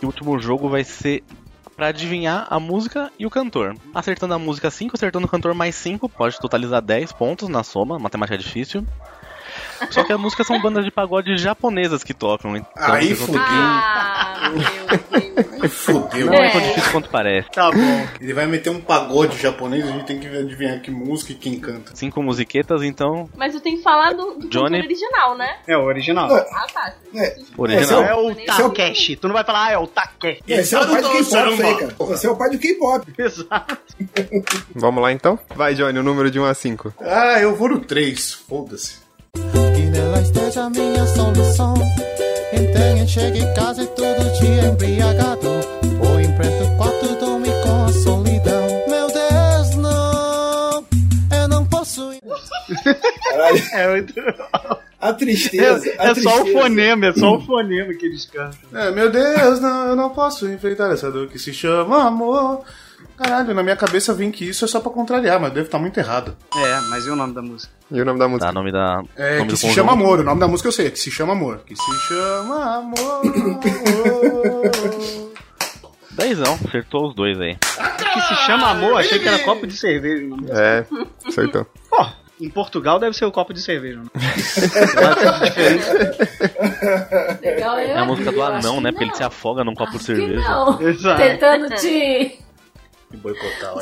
E: E o último jogo vai ser pra adivinhar a música e o cantor. Acertando a música 5, acertando o cantor mais 5, pode totalizar 10 pontos na soma, matemática é difícil. Só que a música são bandas de pagode japonesas que tocam. Então
B: Aí
E: vocês vão ter que-
D: Ah,
C: Tá
B: Fudeu.
E: Não é tão difícil quanto parece.
C: Tá bom.
B: Ele vai meter um pagode japonês, a gente tem que adivinhar que música e quem canta.
E: Cinco musiquetas, então.
D: Mas eu tenho que falar do, do
E: Johnny.
D: cantor original, né?
C: É o original.
D: Ah, tá.
E: Original.
C: É o Takeshi. Tu não vai falar, ah, é o Takeshi.
J: Esse é o pai do K-pop, isso aí, cara. Você é o pai do K-pop.
C: Exato.
H: Vamos lá então? Vai, Johnny, o número de 1 a 5.
B: Ah, eu vou no 3, foda-se.
N: Que nela esteja a minha solução. Entregue, chegue em casa e tudo te embriagado. Vou em preto quarto, dorme com a solidão. Meu Deus, não, eu não posso. ir.
C: É muito...
J: A tristeza.
C: É,
J: a
C: é só o
J: tristeza.
C: fonema, é só o fonema que eles cantam.
B: É, meu Deus, não, eu não posso enfrentar essa dor que se chama amor. Caralho, na minha cabeça vem que isso é só pra contrariar, mas deve estar muito errado.
C: É, mas e o nome da música?
H: E o nome da música?
E: Dá nome da.
B: É,
E: nome
B: que
E: do
B: se
E: conjunto.
B: chama amor, o nome da música eu sei, é que se chama amor. Que se chama amor.
E: Dezão, acertou os dois aí.
C: Que se chama amor, achei que era copo de cerveja.
H: É, acertou.
C: Pô, em Portugal deve ser o copo de cerveja, né? Lá é diferente.
F: Ah, Legal, eu
E: É a música do
F: eu acho
E: anão,
F: que
E: né? Porque ele se afoga num copo de cerveja.
F: Não,
C: Exato.
F: tentando te,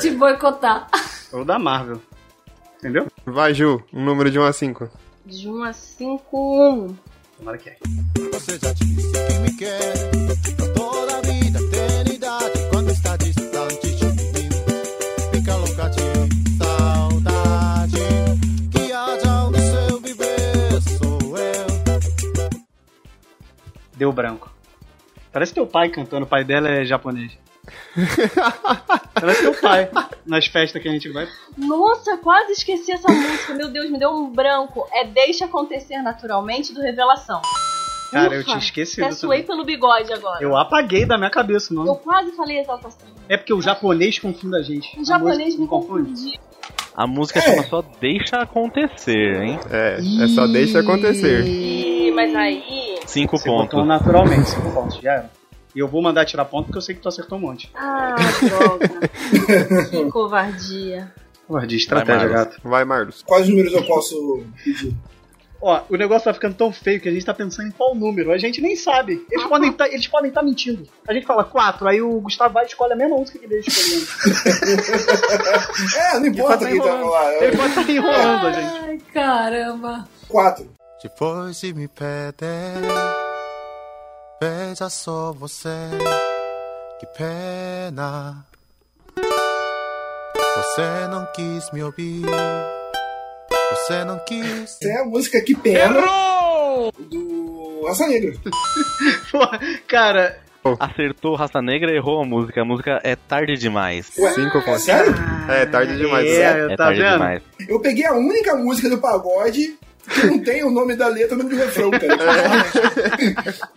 F: te boicotar.
C: Ou da Marvel. Entendeu?
H: Vai, Ju, um número de 1 a 5.
D: De 1 a um. 5, 1.
C: Tomara que é.
N: Você já disse que me quer. pra Toda a vida, eternidade. Quando está distante de mim, fica louca de saudade. Que haja no seu viver, sou eu.
C: Deu branco. Parece teu pai cantando, o pai dela é japonês. Parece teu pai nas festas que a gente vai.
D: Nossa, quase esqueci essa música. Meu Deus, me deu um branco. É Deixa Acontecer Naturalmente do Revelação.
C: Cara, eu
D: Ufa,
C: tinha esquecido
D: Até
C: isso.
D: suei pelo bigode agora.
C: Eu apaguei da minha cabeça o
D: Eu
C: nome.
D: quase falei exaltação.
C: É porque o japonês confunde a gente.
D: O japonês me
C: confunde.
D: confundiu.
E: A música chama só Deixa Acontecer, hein?
H: É, é só deixa acontecer.
D: Ih, mas aí.
E: Cinco
C: Você
E: pontos.
C: botou naturalmente, cinco pontos, já era. E eu vou mandar tirar ponto porque eu sei que tu acertou um monte.
D: Ah, droga. que covardia.
C: Covardia, estratégia, gato.
H: Vai, Marlos.
J: Quais números eu posso pedir?
C: Ó, o negócio tá ficando tão feio que a gente tá pensando em qual número. A gente nem sabe.
D: Ah,
C: Eles podem tá, eles podem estar mentindo. A gente fala quatro, aí o Gustavo vai e escolhe a mesma música que ele escolhendo.
J: É, não importa quem tá lá.
C: Ele pode estar enrolando a gente.
F: Ai, caramba.
J: Quatro.
N: Depois de me perder, veja só você, que pena. Você não quis me ouvir, você não quis.
J: Essa é a música que pena. Do Raça Negra.
C: Cara,
E: Acertou Raça Negra, errou a música. A música é tarde demais.
J: Ué,
H: Cinco
J: é
H: pontos.
J: sério?
H: É, tarde demais.
C: É,
H: né?
C: tá vendo?
J: Eu peguei a única música do pagode que não tem o nome da letra no refrão, tá
C: É.
J: cara.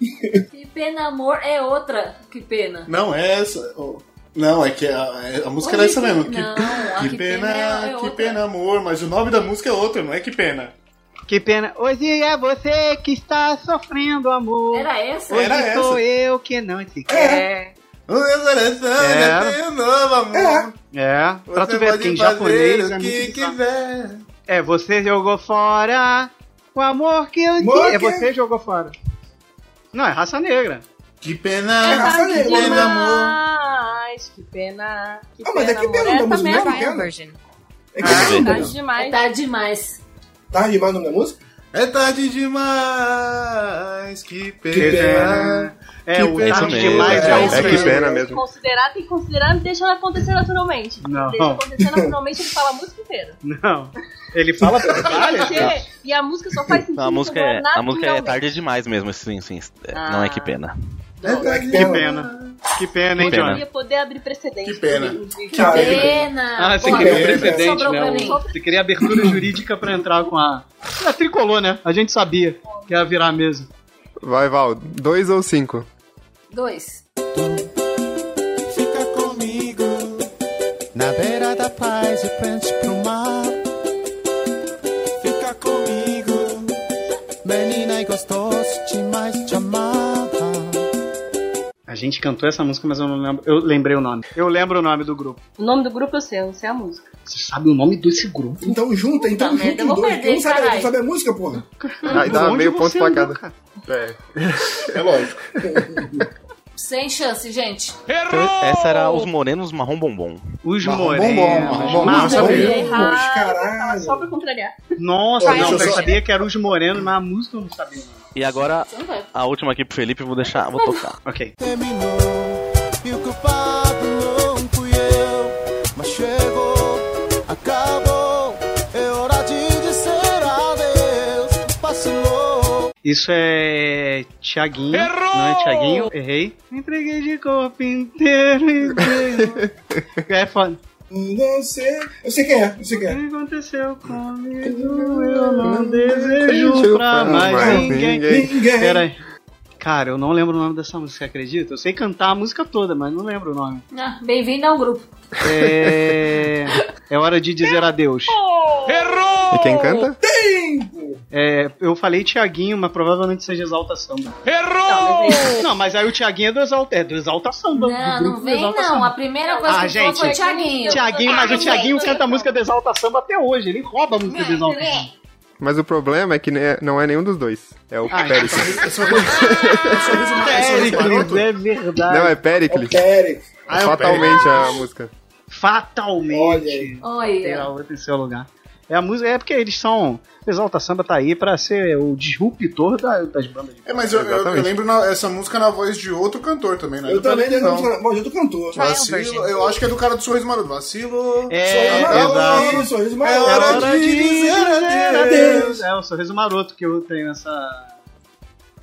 F: Que pena, amor, é outra. Que pena.
B: Não, é essa. oh, Não, é que a, é- a música era essa mesmo. Que,
F: Não,
B: que
F: a que
B: pena,
F: pena é- é
B: que
F: outra.
B: pena, amor. Mas o nome da música é outra, não é que pena.
C: Que pena. Hoje é você que está sofrendo, amor.
F: Era essa?
C: Hoje
B: Era
C: sou
B: essa.
C: eu que não te quer. É. É, pra tu ver, porque em japonês é muito
B: quiser.
C: É, você jogou fora o amor que eu
J: Amor
C: tinha. É
J: que-
C: você jogou fora. Não, é raça negra.
B: Que
J: É
B: pena.
J: raça
D: Que
J: negra.
D: pena, amor. Que pena. Que
J: Ah, mas é que
D: amor.
J: pena o nome da
D: Essa
J: música, não é
D: mesmo.
J: que
K: Fire
J: pena?
K: version.
J: É que pena o
D: Tarde
J: nome da música.
D: um demais.
F: Tá demais.
J: Tá rimando o nome da música?
B: É tarde demais. Que pena.
C: Que pena. É, o
B: pena.
C: tarde
E: É isso mesmo,
C: demais é,
H: é.
C: isso
H: É que
C: mesmo.
H: pena mesmo.
D: Considerar, tem que considerar e deixar ela acontecer naturalmente.
C: Não.
D: Deixa acontecer naturalmente, ele fala a música inteira.
C: Não. Ele fala pra várias.
D: Porque- E a música só faz sentido
E: Não, a música é, a música é
D: naturalmente.
E: tarde demais mesmo, sim, sim. É, Não
F: Ah.
E: é que pena.
J: É
C: Que pena. Que pena, hein,
E: Que pena.
D: Eu
C: Johnny?
D: ia poder abrir precedente.
B: Que pena.
D: Que
J: Cara,
F: Pena.
C: Ah, você
J: Pô,
C: queria
J: pena.
C: precedente,
F: Sobrou
C: né?
F: pra
C: O-
F: mim.
C: Você queria abertura jurídica pra entrar com a. É tricolor, né? A gente sabia que ia virar a mesa.
H: Vai, Val. Dois ou cinco?
F: Dois.
N: Fica comigo na beira da paz de frente pro mar. Fica comigo, menina e gostoso demais de amar.
C: A gente cantou essa música, mas eu não lembro. Eu lembrei o nome. Eu lembro o nome do grupo.
D: O nome do grupo eu sei, eu não sei a música.
C: Você sabe o nome desse grupo?
J: Então junta, então
F: Puta merda,
J: junta
F: eu
J: os
F: vou
J: dois.
F: perder,
J: Porque não sabe, não
F: caralho.
J: sabe a música, porra.
H: Aí
B: Tá,
H: dá
C: Onde
H: meio
C: você
H: ponto pra
C: andou,
H: cada.
C: cara?
H: É.
B: É lógico.
F: Sem chance, gente.
E: Então, Essa era Os Morenos Marrom Bombom.
C: Os
B: Marrom
C: morenos.
B: bombom, marrom bombom,
C: Marrom
B: sabia.
C: bombom.
D: Errado,
J: caralho.
D: Só pra contrariar.
C: Nossa,
B: Ô,
C: não,
B: deixa
C: eu
B: eu só-
C: sabia que era os morenos, mas a música eu não sabia.
E: E agora,
F: Você não vai.
E: a última aqui pro Felipe, eu vou deixar, vou tocar.
C: Ok.
N: Terminou, e o culpado não fui eu. Mas chegou, acabou,
I: e
N: é hora de dizer adeus. Vacilou.
C: Isso é. Tiaguinho. Não é Tiaguinho? Errei. Me entreguei de corpo inteiro. inteiro. é foda.
J: Não sei. Eu sei quem é, eu sei quem
C: O
J: é.
C: que aconteceu comigo? Eu não desejo pra mais ninguém.
J: Ninguém.
C: Pera aí. Cara, eu não lembro o nome dessa música, você acredita? Eu sei cantar a música toda, mas não lembro o nome.
F: Ah, Bem-vindo ao grupo.
C: É. É hora de dizer adeus.
H: E quem canta?
C: É, eu falei Tiaguinho, mas provavelmente seja Exalta Samba.
D: Não, mas é-
C: Não, mas aí o Tiaguinho é do Exalta, é do Exalta Samba.
F: Não,
C: do grupo
F: não
C: do
F: vem
C: Exalta
F: não. Ah,
C: Samba.
F: A primeira coisa
C: Ah,
F: que falou
C: gente.
F: foi Tiaguinho.
C: Tiaguinho, mas o Tiaguinho canta a música do Exalta Samba até hoje. Ele rouba a música do Exalta Samba.
H: Mas o problema é que ne- não é nenhum dos dois. É o
C: Ah,
H: Péricles.
C: Péricles, é verdade.
H: Não, é Péricles.
J: Pérez.
B: Ah, é o
H: Fatalmente a música.
C: Fatalmente.
J: Olha aí.
C: terá
F: Olha.
C: outra em seu lugar. É a música, é porque eles são. O Exalta Samba tá aí pra ser o disruptor da- das bandas de
B: É, mas eu, eu- eu
H: Exatamente.
B: lembro na- essa música na voz de outro cantor também, né?
J: Eu também lembro.
B: não.
J: Bom, eu tô cantor.
K: Vai,
B: Vacilo,
K: Albertinho.
B: eu acho que é do cara do Sorriso Maroto. Vacilo.
C: É,
B: Sorriso
C: exato.
B: Maroto.
J: Sorriso
B: É
J: maior.
B: hora de dizer adeus.
C: É o sorriso maroto que eu tenho essa.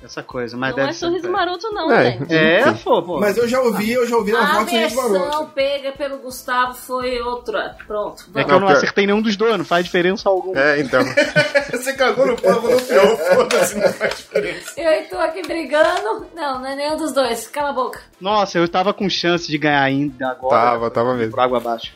C: Essa coisa, mas
D: Não
C: deve
D: é
C: ser
D: sorriso
C: Péricles.
D: maroto, não,
H: É.
D: gente.
C: É, pô, pô.
J: Mas eu já ouvi, eu já ouvi na
F: A
J: voz do Sorriso Maroto.
F: versão pega pelo Gustavo foi outra. Pronto,
C: É
F: vamos.
C: que eu não
H: Não, pior.
C: acertei nenhum dos dois, não faz diferença alguma.
H: É, então.
B: Você cagou no pavo
C: É,
B: no fiel, foda-se, não faz diferença.
F: Eu e tu aqui brigando. Não, não é nenhum dos dois. Cala a boca.
C: Nossa, eu tava com chance de ganhar ainda agora.
H: Tava, tava mesmo.
C: Por água abaixo.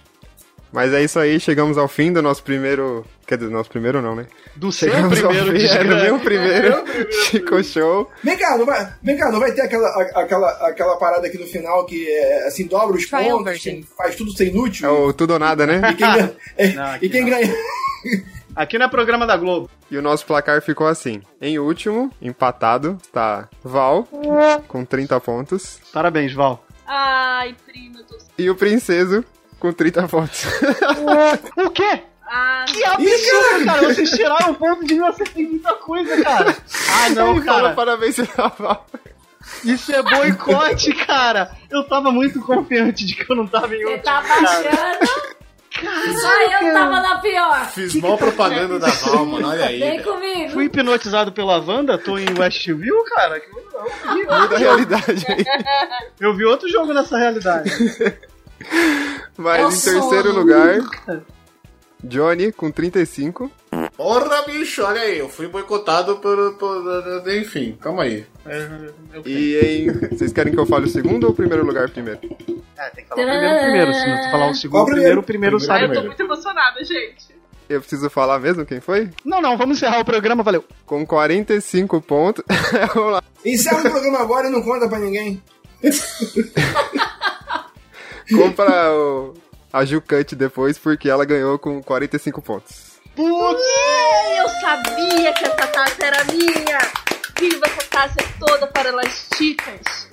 H: Mas é isso aí, chegamos ao fim do nosso primeiro. Quer dizer, nosso primeiro não, né?
C: Do seu
H: Chegamos
C: primeiro né?
H: ao fim, é, do
C: desgraça.
H: meu primeiro Chico Show.
J: Vem cá, não vai, vem cá, não vai ter aquela, a- aquela, aquela parada aqui no final que é assim, dobra os
K: Trial
J: pontos,
K: version.
J: que faz tudo ser inútil.
H: É o tudo ou nada, né?
J: E quem, ganha- é,
C: Não, aqui
J: e quem
C: não.
J: ganha.
C: Aqui não é programa da Globo.
H: E o nosso placar ficou assim. Em último, empatado, tá Val, com 30 pontos.
C: Parabéns, Val.
D: Ai, primo, eu tô...
H: E o Princeso, com 30 pontos.
C: O quê?
D: Ah,
C: Que absurdo, cara. Vocês tiraram um ponto de mim, você tem muita coisa, cara. Ah, não,
H: Ele
C: cara.
H: fala parabéns pra Val.
C: Isso é boicote, cara. Eu tava muito confiante de que eu não tava em
F: Você
C: outro.
F: tá baixando. Só eu tava na pior.
B: Fiz mal propaganda da Val, mano, olha aí.
F: Vem
B: velho.
F: comigo.
C: Fui hipnotizado pela Wanda, tô em Westview, cara. Que
H: Muda a realidade aí.
C: Eu vi outro jogo nessa realidade.
H: Mas
B: É o
H: em terceiro
B: sono,
H: lugar, Johnny com 35.
B: Porra, bicho, olha aí, eu fui boicotado por. por- enfim, calma aí.
H: E em. Vocês querem que eu fale o segundo ou o primeiro lugar primeiro?
C: É, tem que falar o primeiro primeiro, se não tu falar o segundo
H: Qual
C: primeiro,
H: primeiro?
C: o primeiro
H: Primeiro
C: sai
H: primeiro.
C: primeiro.
D: Muito emocionada, gente.
H: Eu preciso falar mesmo quem foi?
C: Não, não, vamos encerrar o programa, valeu.
H: Com 45 pontos. Vamos lá.
J: Encerra o programa agora e não conta pra ninguém.
H: Compra o, a Jucante depois, porque ela ganhou com 45 pontos.
D: Putz! Eu sabia que essa taça era minha! Viva essa taça toda para as ticas!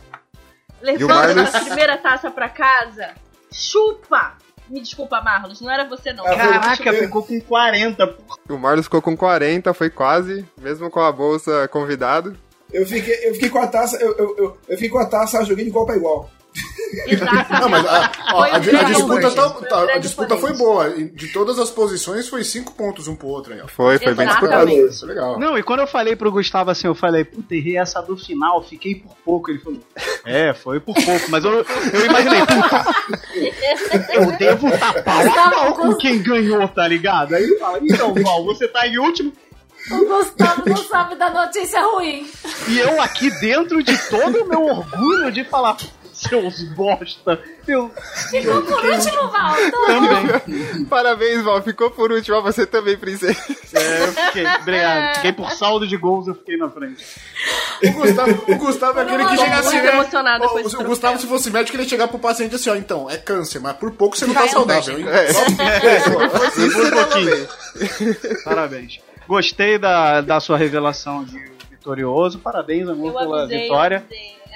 D: Levando
H: Marlos?
D: essa primeira taça pra casa, chupa! Me desculpa, Marlos, não era você não.
C: Caraca, ficou com 40.
H: O Marlos ficou com 40, foi quase, mesmo com a bolsa convidado.
J: Eu fiquei, eu fiquei com a taça, eu, eu, eu, eu fiquei com a taça, joguei de igual pra igual.
B: Não, mas a, ó,
J: Foi
B: a
J: um
B: di- a
J: grande
B: disputa,
J: oponente.
B: tá-
J: Foi um
B: tá- a
J: grande
B: disputa foi boa. E De todas as posições, foi cinco pontos um pro outro. Aí, ó.
H: Foi,
C: foi
H: bem
C: disputado.
B: Isso, legal.
C: Não, e quando eu falei pro Gustavo assim, eu falei, puta, errei essa do final, fiquei por pouco. Ele falou, é, foi por pouco, mas eu, eu imaginei, puta, eu devo estar pau a pau com quem ganhou, tá ligado? Aí ele fala, então, Val, você tá em último.
F: O Gustavo não sabe da notícia ruim.
C: E eu aqui dentro de todo o meu orgulho de falar, seus bosta, eu...
F: Ficou por último, Val.
H: Também. Parabéns, Val. Ficou por último. Ah, Você também, princesa.
C: É, eu fiquei, obrigado. Fiquei por saldo de gols, eu fiquei na frente.
B: O Gustavo, o Gustavo é aquele que
C: Eu
B: chega
C: tô
B: assim,
C: muito
B: né?
C: emocionada
B: Ó,
C: com
B: o-
C: esse
B: o Gustavo, se fosse médico, ele ia chegar pro paciente assim, ó, então, é câncer, mas por pouco você não tá
C: Vai,
B: saudável, hein?
C: Alberto. É.
B: Só-
C: É,
B: só
C: pô,
D: Assim
B: foi isso,
C: foi por
B: né,
C: pouquinho. Parabéns. Gostei da, da sua revelação de vitorioso. Parabéns, amor,
D: Eu
C: pela
D: avisei,
C: vitória.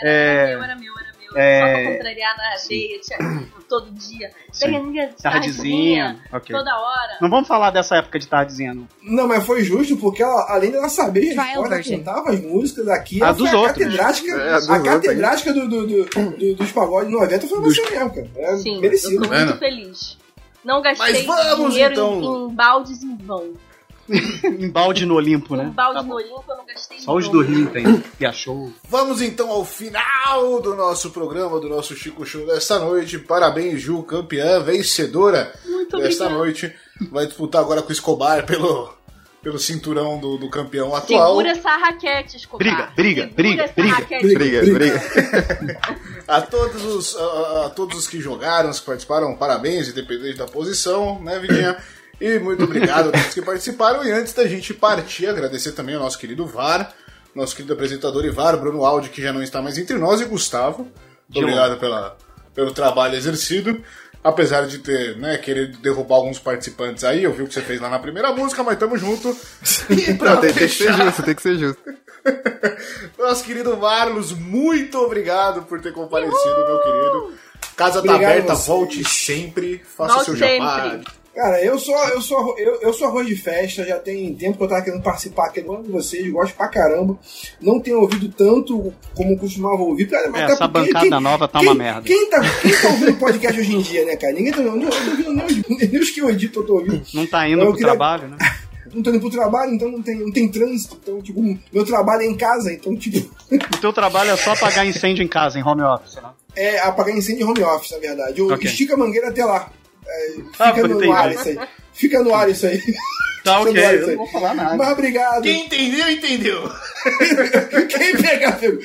C: É,
D: Meu, era meu, era meu. Só pra
C: é,
D: contrariar na areia, tinha todo dia.
C: Sim.
D: Tardezinha,
C: tardezinha. ok.
D: Toda hora.
C: Não vamos falar dessa época de tardezinha, não.
J: Não, mas foi justo, porque ela, além dela saber de cor, ela
C: version.
J: cantava as músicas aqui.
C: A
J: ela foi
C: dos
J: a
C: outros.
J: Catedrática,
C: É, a dos
J: a
C: outros,
J: catedrática do, do, do, do- dos pagodes 90 foi você mesmo, cara. É
D: Sim,
J: merecido.
D: eu tô muito feliz. Não gastei
J: Mas vamos,
D: dinheiro
J: então.
D: em, em baldes em vão.
C: em balde no Olimpo, né?
D: Em balde no Olimpo eu não gastei
C: Só os
D: em
C: do
D: vão.
C: Rio entendem. E achou.
B: Vamos então ao final do nosso programa, do nosso Chico Show dessa noite. Parabéns, Ju, campeã, vencedora
D: Muito
B: desta
D: obrigada.
B: noite. Vai disputar agora com o Escobar pelo, pelo cinturão do, do campeão atual.
D: Segura essa raquete, Escobar.
B: briga,
D: briga, essa briga, raquete.
H: briga,
B: A todos, os, a, a todos os que jogaram, os que participaram, parabéns, independente da posição, né, Vidinha? E muito obrigado a todos que participaram. E antes da gente partir, agradecer também ao nosso querido VAR, nosso querido apresentador e VAR, Bruno Aldi, que já não está mais entre nós, e Gustavo. Muito
M: Dilma.
B: obrigado pela, pelo trabalho exercido. Apesar de ter, né, querido derrubar alguns participantes aí, eu vi o que você fez lá na primeira música, mas tamo junto. E pra
H: Não, tem, tem que ser
B: fechar-
H: justo, tem que ser justo.
B: nosso querido Marlos, muito obrigado por ter comparecido, meu querido. Casa tá
J: Obrigado
B: aberta,
J: vocês.
B: volte sempre, faça
J: Volte
B: seu jabá.
J: sempre. Cara, eu sou, eu sou, arro- eu, eu sou arroz de festa, já tem tempo que eu tava querendo participar aqui do ano de vocês, gosto pra caramba. Não tenho ouvido tanto como costumava ouvir, cara, mas
C: É,
J: até
C: essa
J: porque
C: bancada
J: quem-
C: nova tá
J: quem-
C: uma merda.
J: Quem tá, quem tá ouvindo podcast hoje em dia, né, cara? Ninguém tá ouvindo, eu não ouvindo nem, os- nem os que eu edito eu tô ouvindo.
C: Não tá indo
J: Eu
C: pro
J: queria-
C: trabalho, né?
J: Não tô indo pro trabalho, então não tem, não tem trânsito, então, tipo, meu trabalho é em casa, então, tipo,
C: O teu trabalho é só apagar incêndio em casa, em home office, né?
J: é apagar incêndio em home office, na verdade. Eu
C: Ok.
J: estica a mangueira até lá. É,
C: Ah,
J: fica
C: entendi.
J: no ar isso aí. Fica no ar isso aí.
C: Tá
J: Fica no
C: ok,
J: ar
C: eu
J: isso aí.
C: não vou falar nada.
J: Mas obrigado.
B: Quem entendeu, entendeu.
J: Quem pegar, pegou.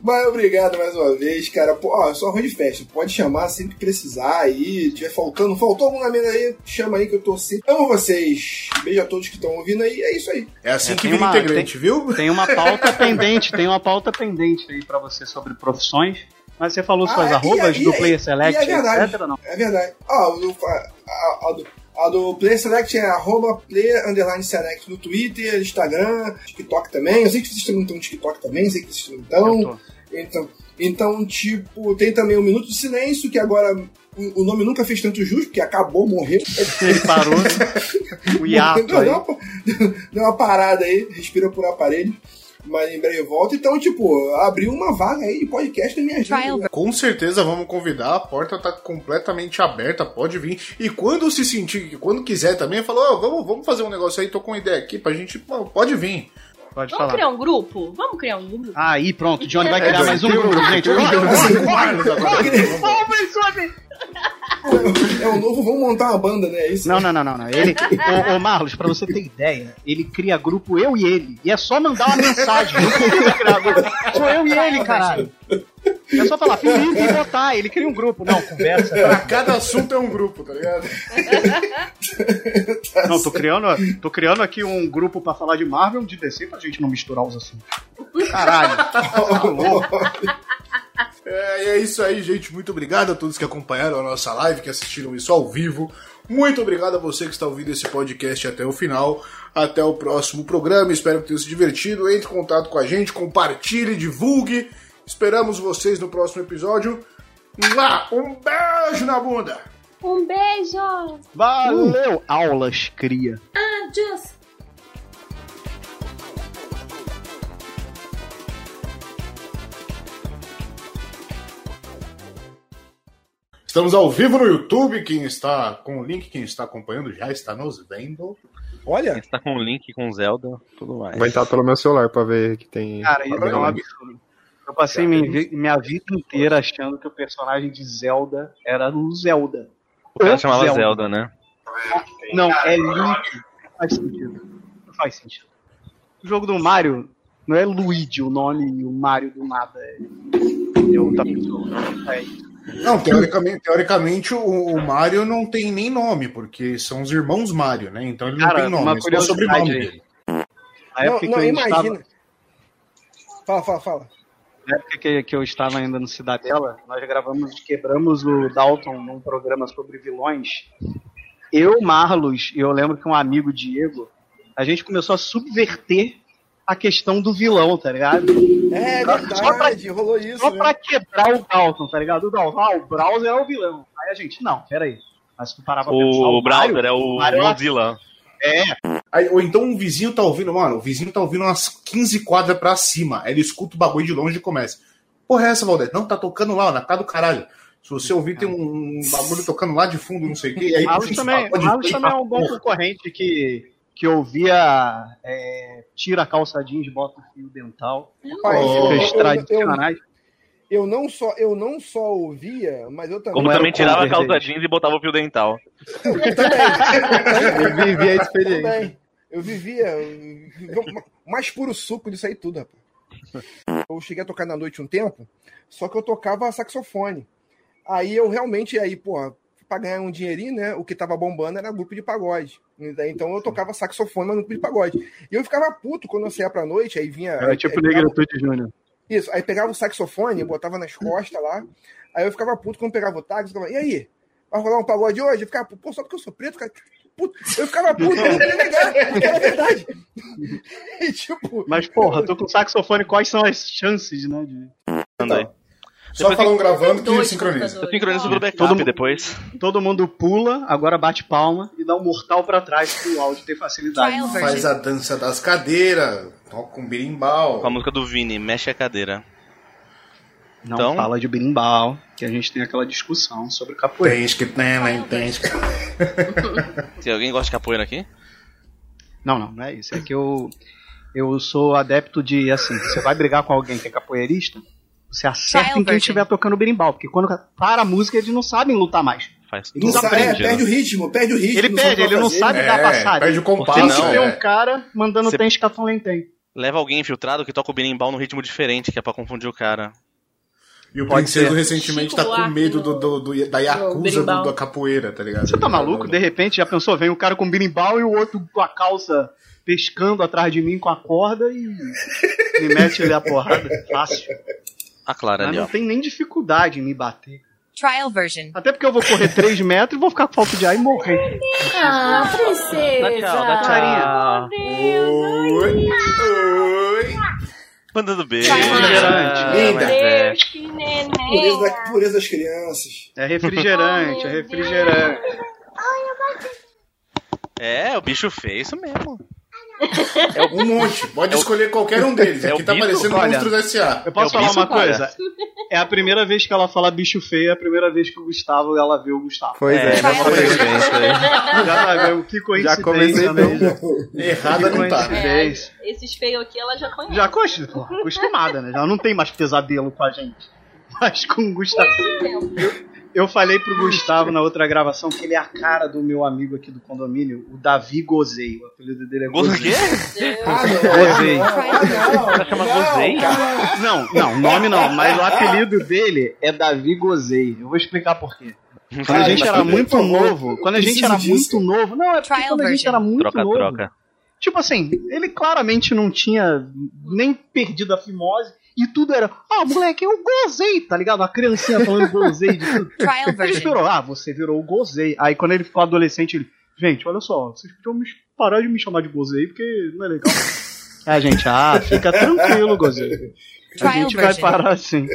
J: Mas obrigado mais uma vez, cara. Pô, ó, eu sou arroz de festa. Pode chamar sempre que precisar aí. Tiver faltando, faltou algum na mesa aí, chama aí que eu tô sempre. Amo vocês. Beijo a todos que estão ouvindo aí. É isso aí.
B: É assim
C: É,
B: que
C: tem
B: vira
C: uma-
B: integrante,
C: tem-
B: viu?
C: Tem uma pauta pendente, tem uma pauta pendente aí pra você sobre profissões. Mas você falou suas
J: Ah, e
C: arrobas
J: aí-
C: do
J: e
C: Player
J: aí-
C: Select,
J: e é verdade,
C: etc. Não.
J: É verdade. Ah, o- a, a- a do, a do Player Select é arroba player underline select no Twitter, Instagram, TikTok também. Eu sei que vocês também estão no TikTok também, sei que vocês também estão. Então, então, tipo, tem também o Minuto de Silêncio, que agora o, o nome nunca fez tanto jus, porque acabou, morreu.
C: Ele parou. O hiato
J: Deu
C: aí.
J: uma, deu uma parada aí, respira por aparelho. Mas em breve volta. Então, tipo, abriu uma vaga aí de podcast na minha agenda.
B: Com certeza vamos convidar, a porta tá completamente aberta, pode vir. E quando se sentir, quando quiser também, falou, vamos, vamos fazer um negócio aí, tô com uma ideia aqui pra gente, pô, pode vir.
C: Pode Ah,
D: Vamos criar um grupo? Vamos criar um grupo?
C: Aí, pronto, Johnny vai
B: É,
C: criar
B: Johnny,
C: mais um
B: tem um
C: grupo,
B: grupo,
C: gente.
B: tem um
C: Corre,
B: grupo.
C: corre,
B: Tem um
C: corre,
B: grupo.
C: corre. Sobe, sobe.
J: É o novo, vamos montar uma banda, né? É isso?
C: Não, não, não, não. não. Ele, ô, ô, Marlos, pra você ter ideia, ele cria grupo eu e ele. E é só mandar uma mensagem. Não precisa criar grupo. Sou eu e ele, caralho. É só falar Felipe e botar. Ele cria um grupo. Não, conversa.
B: Pra cada assunto é um grupo, tá ligado?
C: Não, tô criando, tô criando aqui um grupo pra falar de Marvel e de DC pra gente não misturar os assuntos. Caralho. Tá louco.
B: É, e é isso aí, gente. Muito obrigado a todos que acompanharam a nossa live, que assistiram isso ao vivo. Muito obrigado a você que está ouvindo esse podcast até o final. Até o próximo programa. Espero que tenha se divertido. Entre em contato com a gente, compartilhe, divulgue. Esperamos vocês no próximo episódio. Mua! Um beijo na bunda!
D: Um beijo!
C: Valeu, Hum. aulas cria.
F: Ah, just.
B: Estamos ao vivo no YouTube. Quem está com o link, quem está acompanhando já está nos vendo.
E: Olha! Está com o link com Zelda, tudo mais.
H: Vou entrar pelo meu celular pra ver que tem.
C: Cara, isso é um absurdo. Eu passei minha, vi- minha vida inteira achando que o personagem de Zelda era o Zelda.
E: O cara
C: O
E: chamava Zelda. né?
C: Não, é Link. Não faz sentido. Não faz sentido. O jogo do Mario não é Luigi o nome e o Mario do nada. É, é outra pessoa. É isso.
B: Não, teoricamente, teoricamente o, o Mario não tem nem nome, porque são os irmãos Mario, né? Então ele não
C: Cara,
B: tem nome,
C: uma
B: é só o sobrenome
C: curiosidade aí.
B: dele.
C: A época
G: não,
C: que eu
G: imagina.
C: estava-
G: Fala, fala, fala.
C: Na época que, que eu estava ainda no Cidadela, nós gravamos, quebramos o Dalton num programa sobre vilões. Eu, Marlos, e eu lembro que um amigo Diego, a gente começou a subverter a questão do vilão, tá ligado?
G: É
C: Só- só pra-
G: verdade, rolou isso.
C: Só
J: Assim,
G: né?
C: pra quebrar o Dalton, tá ligado? O Dalton, ah, o Browser é o vilão. Aí a gente, não, peraí. Mas se tu parar pra pensar,
E: O,
C: Mario-
E: browser é o
C: Mario é uma-
E: Mozilla.
C: É.
B: Aí, ou então um vizinho tá ouvindo, mano, o vizinho tá ouvindo umas 15 quadras pra cima. Aí ele escuta o bagulho de longe e começa. Porra, é essa, Valdez? Não, tá tocando lá, ó, na casa do caralho. Se você ouvir, tem um bagulho tocando lá de fundo, não
E: é-
B: sei o quê. E aí,
C: Marlos
B: puxa,
C: também,
B: pode-
C: Marlos também é um bom concorrente que, que ouvia é, tira a calça jeans, bota o fio dental.
G: Rapaz,
C: Músicas
G: eu- eu-
C: tradicionais.
G: Eu não só, eu não só ouvia, mas eu também.
C: é
E: Como também tirava a
C: cover
E: calça jeans e botava o fio dental.
H: Eu vivi a experiência.
G: Também. Eu vivia eu- mais puro suco disso aí tudo, rapaz. Eu cheguei a tocar na noite um tempo, só que eu tocava saxofone. Aí eu realmente, aí, porra, pra ganhar um dinheirinho, né? O que tava bombando era grupo de pagode. Então eu tocava saxofone no grupo de pagode. E eu ficava puto quando eu saía pra noite, aí vinha.
C: Era
J: É
G: aí-
C: tipo
G: aí pegava-
C: Negritude Júnior.
G: isso, aí pegava o saxofone, botava nas costas lá. Aí eu ficava puto quando pegava o táxi, ficava, e aí? Vai rolar um pagode hoje? Eu ficava, pô, só porque eu sou preto, cara. Puto. Eu ficava puto, eu não queria negar, porque era verdade. E tipo,
C: Mas, porra, tô com saxofone, quais são as chances, né? De...
B: Só falam gravando que sincroniza.
E: Eu sincronizo pelo backup
C: Todo mundo-
E: depois.
C: Todo mundo pula, agora bate palma e dá um mortal pra trás pro áudio ter facilidade.
B: Faz a dança das cadeiras, toca um birimbau.
E: Com a música do Vini, mexe a cadeira.
C: Não
E: Então-
C: fala de berimbau, que a gente tem aquela discussão sobre capoeira.
B: Tens que tem,
C: né?
B: nem tens que.
E: Se alguém gosta de capoeira aqui?
C: Não, não, não é isso. É que eu, eu sou adepto de, assim, você vai brigar com alguém que é capoeirista, você acerta em quem estiver tocando berimbau, porque quando para a música eles não sabem lutar mais.
E: Faz
C: Ele
E: tudo
C: sabe, é,
E: aprende,
J: Perde
E: né?
J: o ritmo, perde o ritmo.
C: Ele
J: não
C: perde,
J: sabe o que
C: ele não É,
J: fazer,
C: sabe
J: né?
C: dar passaria.
B: perde o compasso,
C: Tem que
E: não,
C: ver
B: é.
C: um cara mandando
E: Você-
C: tem escatolentem.
E: Leva alguém infiltrado que toca o berimbau num ritmo diferente, que é pra confundir o cara.
B: E o
E: Pode
B: Princeso
E: ser.
B: recentemente
D: Chico
B: tá com
D: Buarque
B: medo do,
D: no-
B: do, do- da Yakuza do,
D: berimbau.
B: da capoeira, tá ligado?
C: Você tá maluco? De repente, já pensou, vem o cara com berimbau e o outro com a calça pescando atrás de mim com a corda e me mete ali a porrada. Fácil.
E: A Clara
C: Mas
E: ali,
C: não
E: ó.
C: tem nem dificuldade em me bater.
K: Trial version.
C: Até porque eu vou correr 3 metros e vou ficar com falta de ar e morrer.
F: Ah, princesa.
E: Dá tchau, dá tchau.
B: Oi! Oi!
E: Mandando beijo.
C: Refrigerante.
E: Ah,
B: Linda.
E: mas é.
D: que neném.
J: Pureza, da, pureza das crianças.
C: É refrigerante, é refrigerante.
E: É, o bicho feio, isso mesmo.
B: Um monte,
C: É
B: pode escolher qualquer um deles.
E: é o
B: Aqui tá
E: Bito?
B: parecendo
C: Olha.
B: Monstros S.A.
C: Eu posso
E: É o
C: falar
E: bicho,
C: uma
E: cara.
C: coisa? É a primeira vez que ela fala bicho feio, é a primeira vez que o Gustavo ela vê o Gustavo.
H: Pois é.
E: É, uma coincidência aí.
C: Já tá vendo? Que coincidência,
H: Já comecei
C: né?
H: bem. já.
B: Errada
C: Que
B: não tá. né?
C: coincidência.
D: Esses feios aqui ela já conhece.
C: Já coxa, pô, acostumada, né? Ela não tem mais pesadelo com a gente. Mas com o Gustavo. Eu falei pro Gustavo na outra gravação que ele é a cara do meu amigo aqui do condomínio, o Davi Gozei. O apelido dele é
E: Gozei.
C: Gozei.
E: Ah, não.
C: Gozei.
E: Ah, não. Pra chamar Não, Gozei? cara.
C: Não, não, nome não, mas o apelido dele é Davi Gozei. Eu vou explicar por quê. Quando a gente era muito novo, quando a gente era muito novo, não, é porque quando a gente era muito
E: Troca,
C: novo.
E: troca.
C: Tipo assim, ele claramente não tinha nem perdido a fimose e tudo era, ah, moleque, eu gozei, tá ligado? A criancinha falando gozei de tudo.
K: Trial
C: ele
K: version.
C: virou, ah, você virou o gozei. Aí quando ele ficou adolescente, ele, gente, olha só, vocês podiam me- parar de me chamar de gozei porque não é legal. Ah, gente, ah, fica tranquilo, gozei. A
F: Trial
C: gente vai
F: version.
C: parar assim.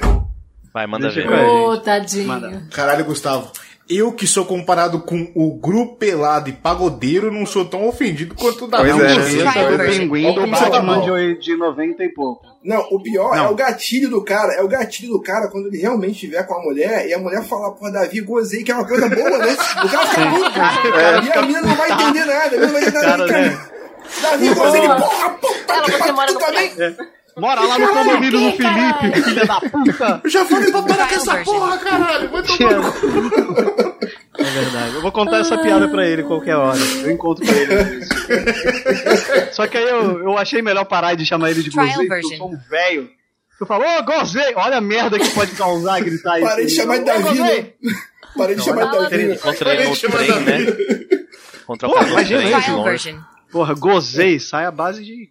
E: Vai, manda
C: Deixa
E: ver.
C: com ele.
F: Ô, tadinho.
B: Caralho, Gustavo. Eu que sou comparado com o grupelado e pagodeiro, não sou tão ofendido quanto o Davi.
C: Pois é,
B: Gozei.
C: né? Trial version. Pinguim do
B: Olha como você tá
C: Batman
B: mal.
C: de, de 90 e pouco.
J: Não, o pior
C: Não.
J: é o gatilho do cara. É o gatilho do cara quando ele realmente estiver com a mulher e a mulher falar, pô, Davi, gozei, que é uma coisa boa, né? O cara fica puto.
C: cara
J: e a mina não vai entender nada. né? Ele não vai entender nada.
C: É. Cara, né?
J: Cara, Davi, gozei, ele, porra, puta
D: Ela,
J: que
D: você mora
J: pariu,
D: no
J: tu também.
C: Bora lá no
J: Caralho,
C: condomínio do
J: que
C: Felipe, filha da puta.
B: Eu já falei pra parar com essa porra, caralho. Vai tomar no cu.
C: É verdade. Eu vou contar essa piada pra ele qualquer hora. Eu encontro pra ele. depois. Só que aí eu, eu achei melhor parar de chamar ele de
K: Trial
C: gozei, porque eu
K: version.
C: sou um velho. Eu falo, ô, gozei! Olha a merda que pode causar gritar isso.
J: Parei de chamar de
C: Ô,
J: Davi,
C: gozei!
J: né? Parei de
C: é
J: chamar de Davi. né?
E: Contra ele no trem, né? Contra
C: Porra,
E: o no
C: imagina
E: trem,
C: isso.
E: de
K: Trial
E: longe.
K: version.
C: Porra, gozei, sai a base de.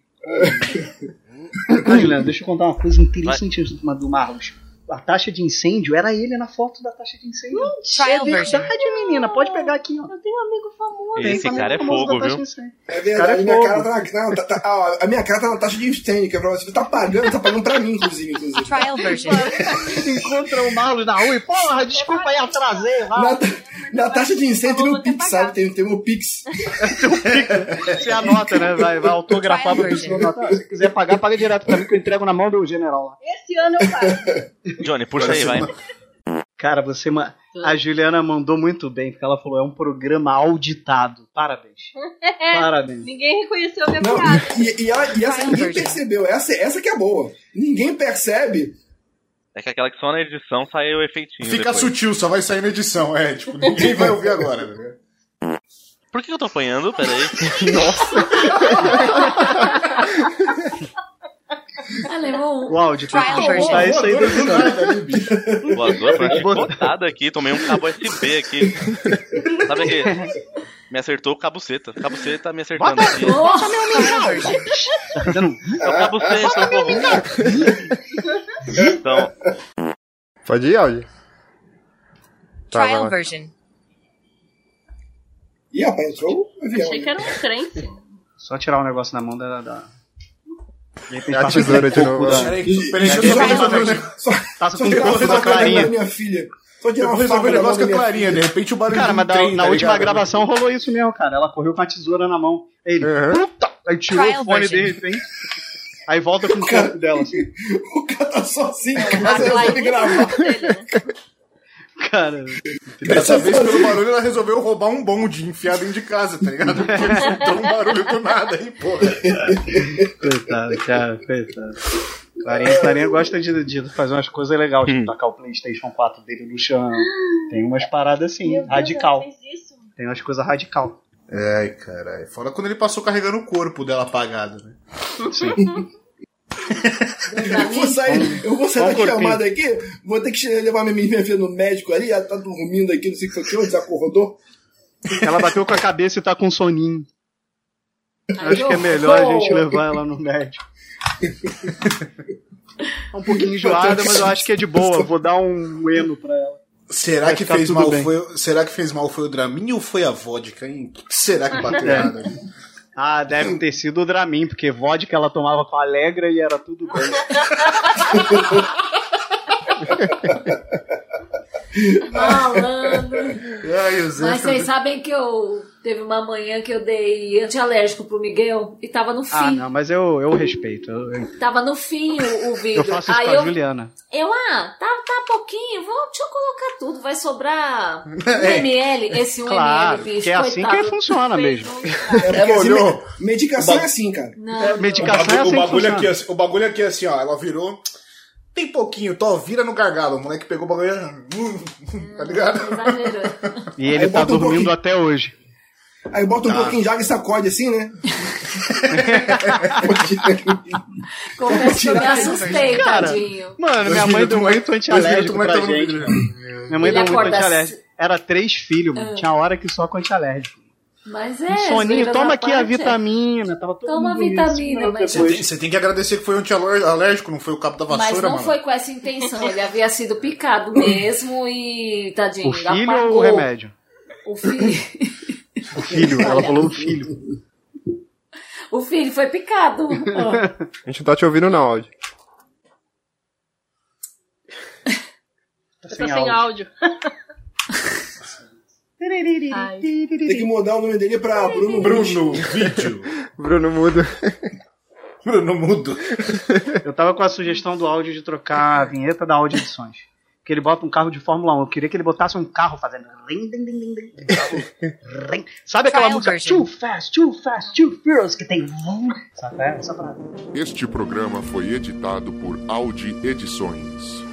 C: Ah, Juliano, deixa eu contar uma coisa interessantíssima do Marlos. A taxa de incêndio era ele na foto da taxa de incêndio.
K: Trial
C: é
K: version.
C: verdade, menina. Pode pegar aqui, ó.
D: Eu tenho um amigo famoso.
E: Esse
C: Tem
E: cara é
C: famoso da
E: fogo,
C: taxa
E: viu?
C: de incêndio.
J: É
C: Cara, é
J: verdade, minha
C: fogo.
J: cara tá, na- não, tá- tá- ah, a minha cara tá na taxa de incêndio, que é pra você. Tá pagando, tá pagando pra mim, inclusive. inclusive.
K: Trial version.
C: Encontra o Marlos na rua e, porra, desculpa aí, atrasei.
J: Na,
C: Marlos.
J: na taxa de incêndio tem o Pix, sabe? Tem, tem o Pix.
C: Você anota, né? Vai, vai autografar
K: Trial
C: pra pessoa anotar. Se quiser pagar, paga direto pra mim que eu entrego na mão do general lá.
D: Esse ano eu faço.
E: Johnny, puxa aí, vai.
C: Cara, você. ma- A Juliana mandou muito bem, porque ela falou: é um programa auditado. Parabéns. Parabéns.
D: Ninguém reconheceu a minha
J: Não,
D: piada.
J: e, e a- e essa ninguém percebeu. Essa, essa que é boa. Ninguém percebe.
E: É que aquela que só na edição sai o efeitinho.
B: Fica
E: depois.
B: sutil, só vai sair na edição. É, tipo, ninguém vai ouvir agora. né?
E: Por que que eu tô apanhando? Peraí.
F: Ah, levou um.
C: O áudio tem
K: Trial
C: que postar
K: version.
C: isso aí do final.
E: Voador, foi chicotado aqui. Tomei um cabo USB aqui. Sabe aqui? Me acertou o cabo seta. O cabo seta me acertando aqui. É
F: Nossa, meu
K: Trial version.
E: o cabo seta, porra. Então,
H: Pode ir, Aldi? Tá, vai
K: Trial
H: lá.
K: version.
J: Ih, rapaz, entrou o avião.
D: Achei que era um trem. sim.
C: Só tirar o negócio na mão da. da... De repente
H: É a
C: passa-
H: tesoura de novo. lá.
B: Peraí, que- peraí, deixa eu
J: Só-
B: só um
J: só-
B: resolver.
J: só-
C: Passa
J: só
C: com o
J: tirar uma
C: corpo da
J: faca da mão
C: Clarinha.
J: da minha filha.
B: Eu
J: Só tirar
B: vou
J: uma
B: resolver
J: faca
B: o
J: da mão
B: um negócio é
J: da
B: com a
J: minha filha.
B: Clarinha, de repente o barulho
C: Cara,
B: do
C: mas da-
B: trem,
C: na
B: tá
C: última
B: ligado?
C: gravação rolou isso mesmo, cara. Ela correu com a tesoura na mão. Aí ele.
H: Uhum.
C: Puta! Aí tirou
K: Trial
C: o fone
K: version.
C: de repente. Aí volta com o corpo dela, assim.
J: O cara tá
B: assim.
J: sozinho,
D: A
J: mas resolve
D: Clarinha
J: gravar.
D: é dele, né?
C: Cara.
B: Dessa vez, pelo barulho, ela resolveu roubar um bonde enfiado dentro de casa, tá ligado? Porque ele soltou um barulho do nada aí, pô.
C: Coitado, cara, coitado. Clarinha, Clarinha gosta de, de fazer umas coisas legais, tipo tacar o PlayStation 4 dele no chão. Tem umas paradas assim,
D: Meu Deus,
C: radical.
D: ela fez isso?
C: Tem umas coisas radical.
B: Ai, caralho. Fora quando ele passou carregando o corpo dela apagado, né?
J: Eu vou sair, eu vou
C: Só um
J: sair da
C: corpinho.
J: chamada aqui, vou ter que che- levar minha, minha filha no médico ali, ela tá dormindo aqui, não sei o que foi que, hoje, desacordou.
C: Ela bateu com a cabeça e tá com soninho.
F: Ai,
C: Acho que é
F: não.
C: melhor a gente levar ela no médico. Tá um pouquinho enjoada, mas eu acho que é de boa. Vou dar um eno pra ela.
B: Será
C: Vai
B: que,
C: ficar
B: fez
C: tudo
B: mal
C: bem.
B: foi, será que fez mal foi o Dramin ou foi a vodka, hein? O que que será que bateu
C: É.
B: errado ali?
C: Ah, deve ter sido o Dramin, porque vodka ela tomava com a Alegra e era tudo bem.
F: Ah, Malandro.
B: Ai, o Zé.
F: Mas vocês sabem que eu teve uma manhã que eu dei antialérgico pro Miguel e tava no fim.
C: Ah, não, mas eu, eu respeito. Eu, eu-
F: Tava no fim o, o
C: eu
F: vidro.
C: faço isso
F: Aí
C: com a
F: eu,
C: Juliana.
F: eu, ah, tá, tá pouquinho, vou, deixa eu colocar tudo, vai sobrar um
B: É.
F: ml, esse um
C: Claro,
F: ml, bicho.
C: que é assim
F: coitado.
C: que funciona mesmo.
J: É porque assim,
B: olhou.
J: me- medicação é assim, cara.
F: Não,
B: O
C: Medicação
B: bagulho,
C: é assim
B: o
C: que
B: bagulho
C: funciona.
B: aqui, assim, o bagulho aqui assim, ó. Ela virou. Tem pouquinho, Tó, vira no gargalo. O moleque pegou o bagulho. e- Tá ligado?
C: E ele
J: Aí
C: tá
J: bota um
C: dormindo
J: pouquinho.
C: até hoje.
J: Aí bota um
B: Ah.
C: Tá.
J: pouquinho de água e sacode assim, né?
F: Confesso que eu me
J: Tirar
F: assustei,
C: Cara,
F: tadinho.
C: mano, minha mãe deu muito antialérgico pra gente. Minha mãe
F: Ele
C: deu muito
F: acorda
C: antialérgico. Era três filhos, mano.
F: Ah.
C: Tinha hora que só com antialérgico.
F: Mas é.
C: Um soninho,
F: zoeira
C: toma
F: da
C: aqui a
F: parte, é.
C: vitamina. Tava todo
F: Toma a
C: mundo né,
F: vitamina, mas,
B: Você tem, você tem que agradecer que foi um antialérgico, não foi o cabo da
F: mas
B: vassoura,
F: não
B: mano.
F: foi com essa intenção. Ele havia sido picado mesmo e, tadinho,
B: O filho
F: apagou.
B: ou o remédio?
F: O filho.
C: O filho, ela falou o filho.
F: O filho foi picado. Ó.
H: A gente não tá te ouvindo, não, Audi.
D: Eu tô
F: tá sem
C: Tá
D: sem áudio. Ai.
J: Tem que mudar o nome dele pra Bruno.
B: Bruno Vídeo.
H: Bruno Mudo.
B: Bruno Mudo.
C: Eu tava com a sugestão do áudio de trocar a vinheta da áudio edições. Porque ele bota um carro de Fórmula 1. Eu queria que ele botasse um carro fazendo. rim, dim, dim, dim, dim, Um carro, rim. Sabe aquela música Too Fast, Too Fast, Too Furious que tem. vum? Sabe? É, Essa parada.
M: Este programa foi editado por Audi Edições.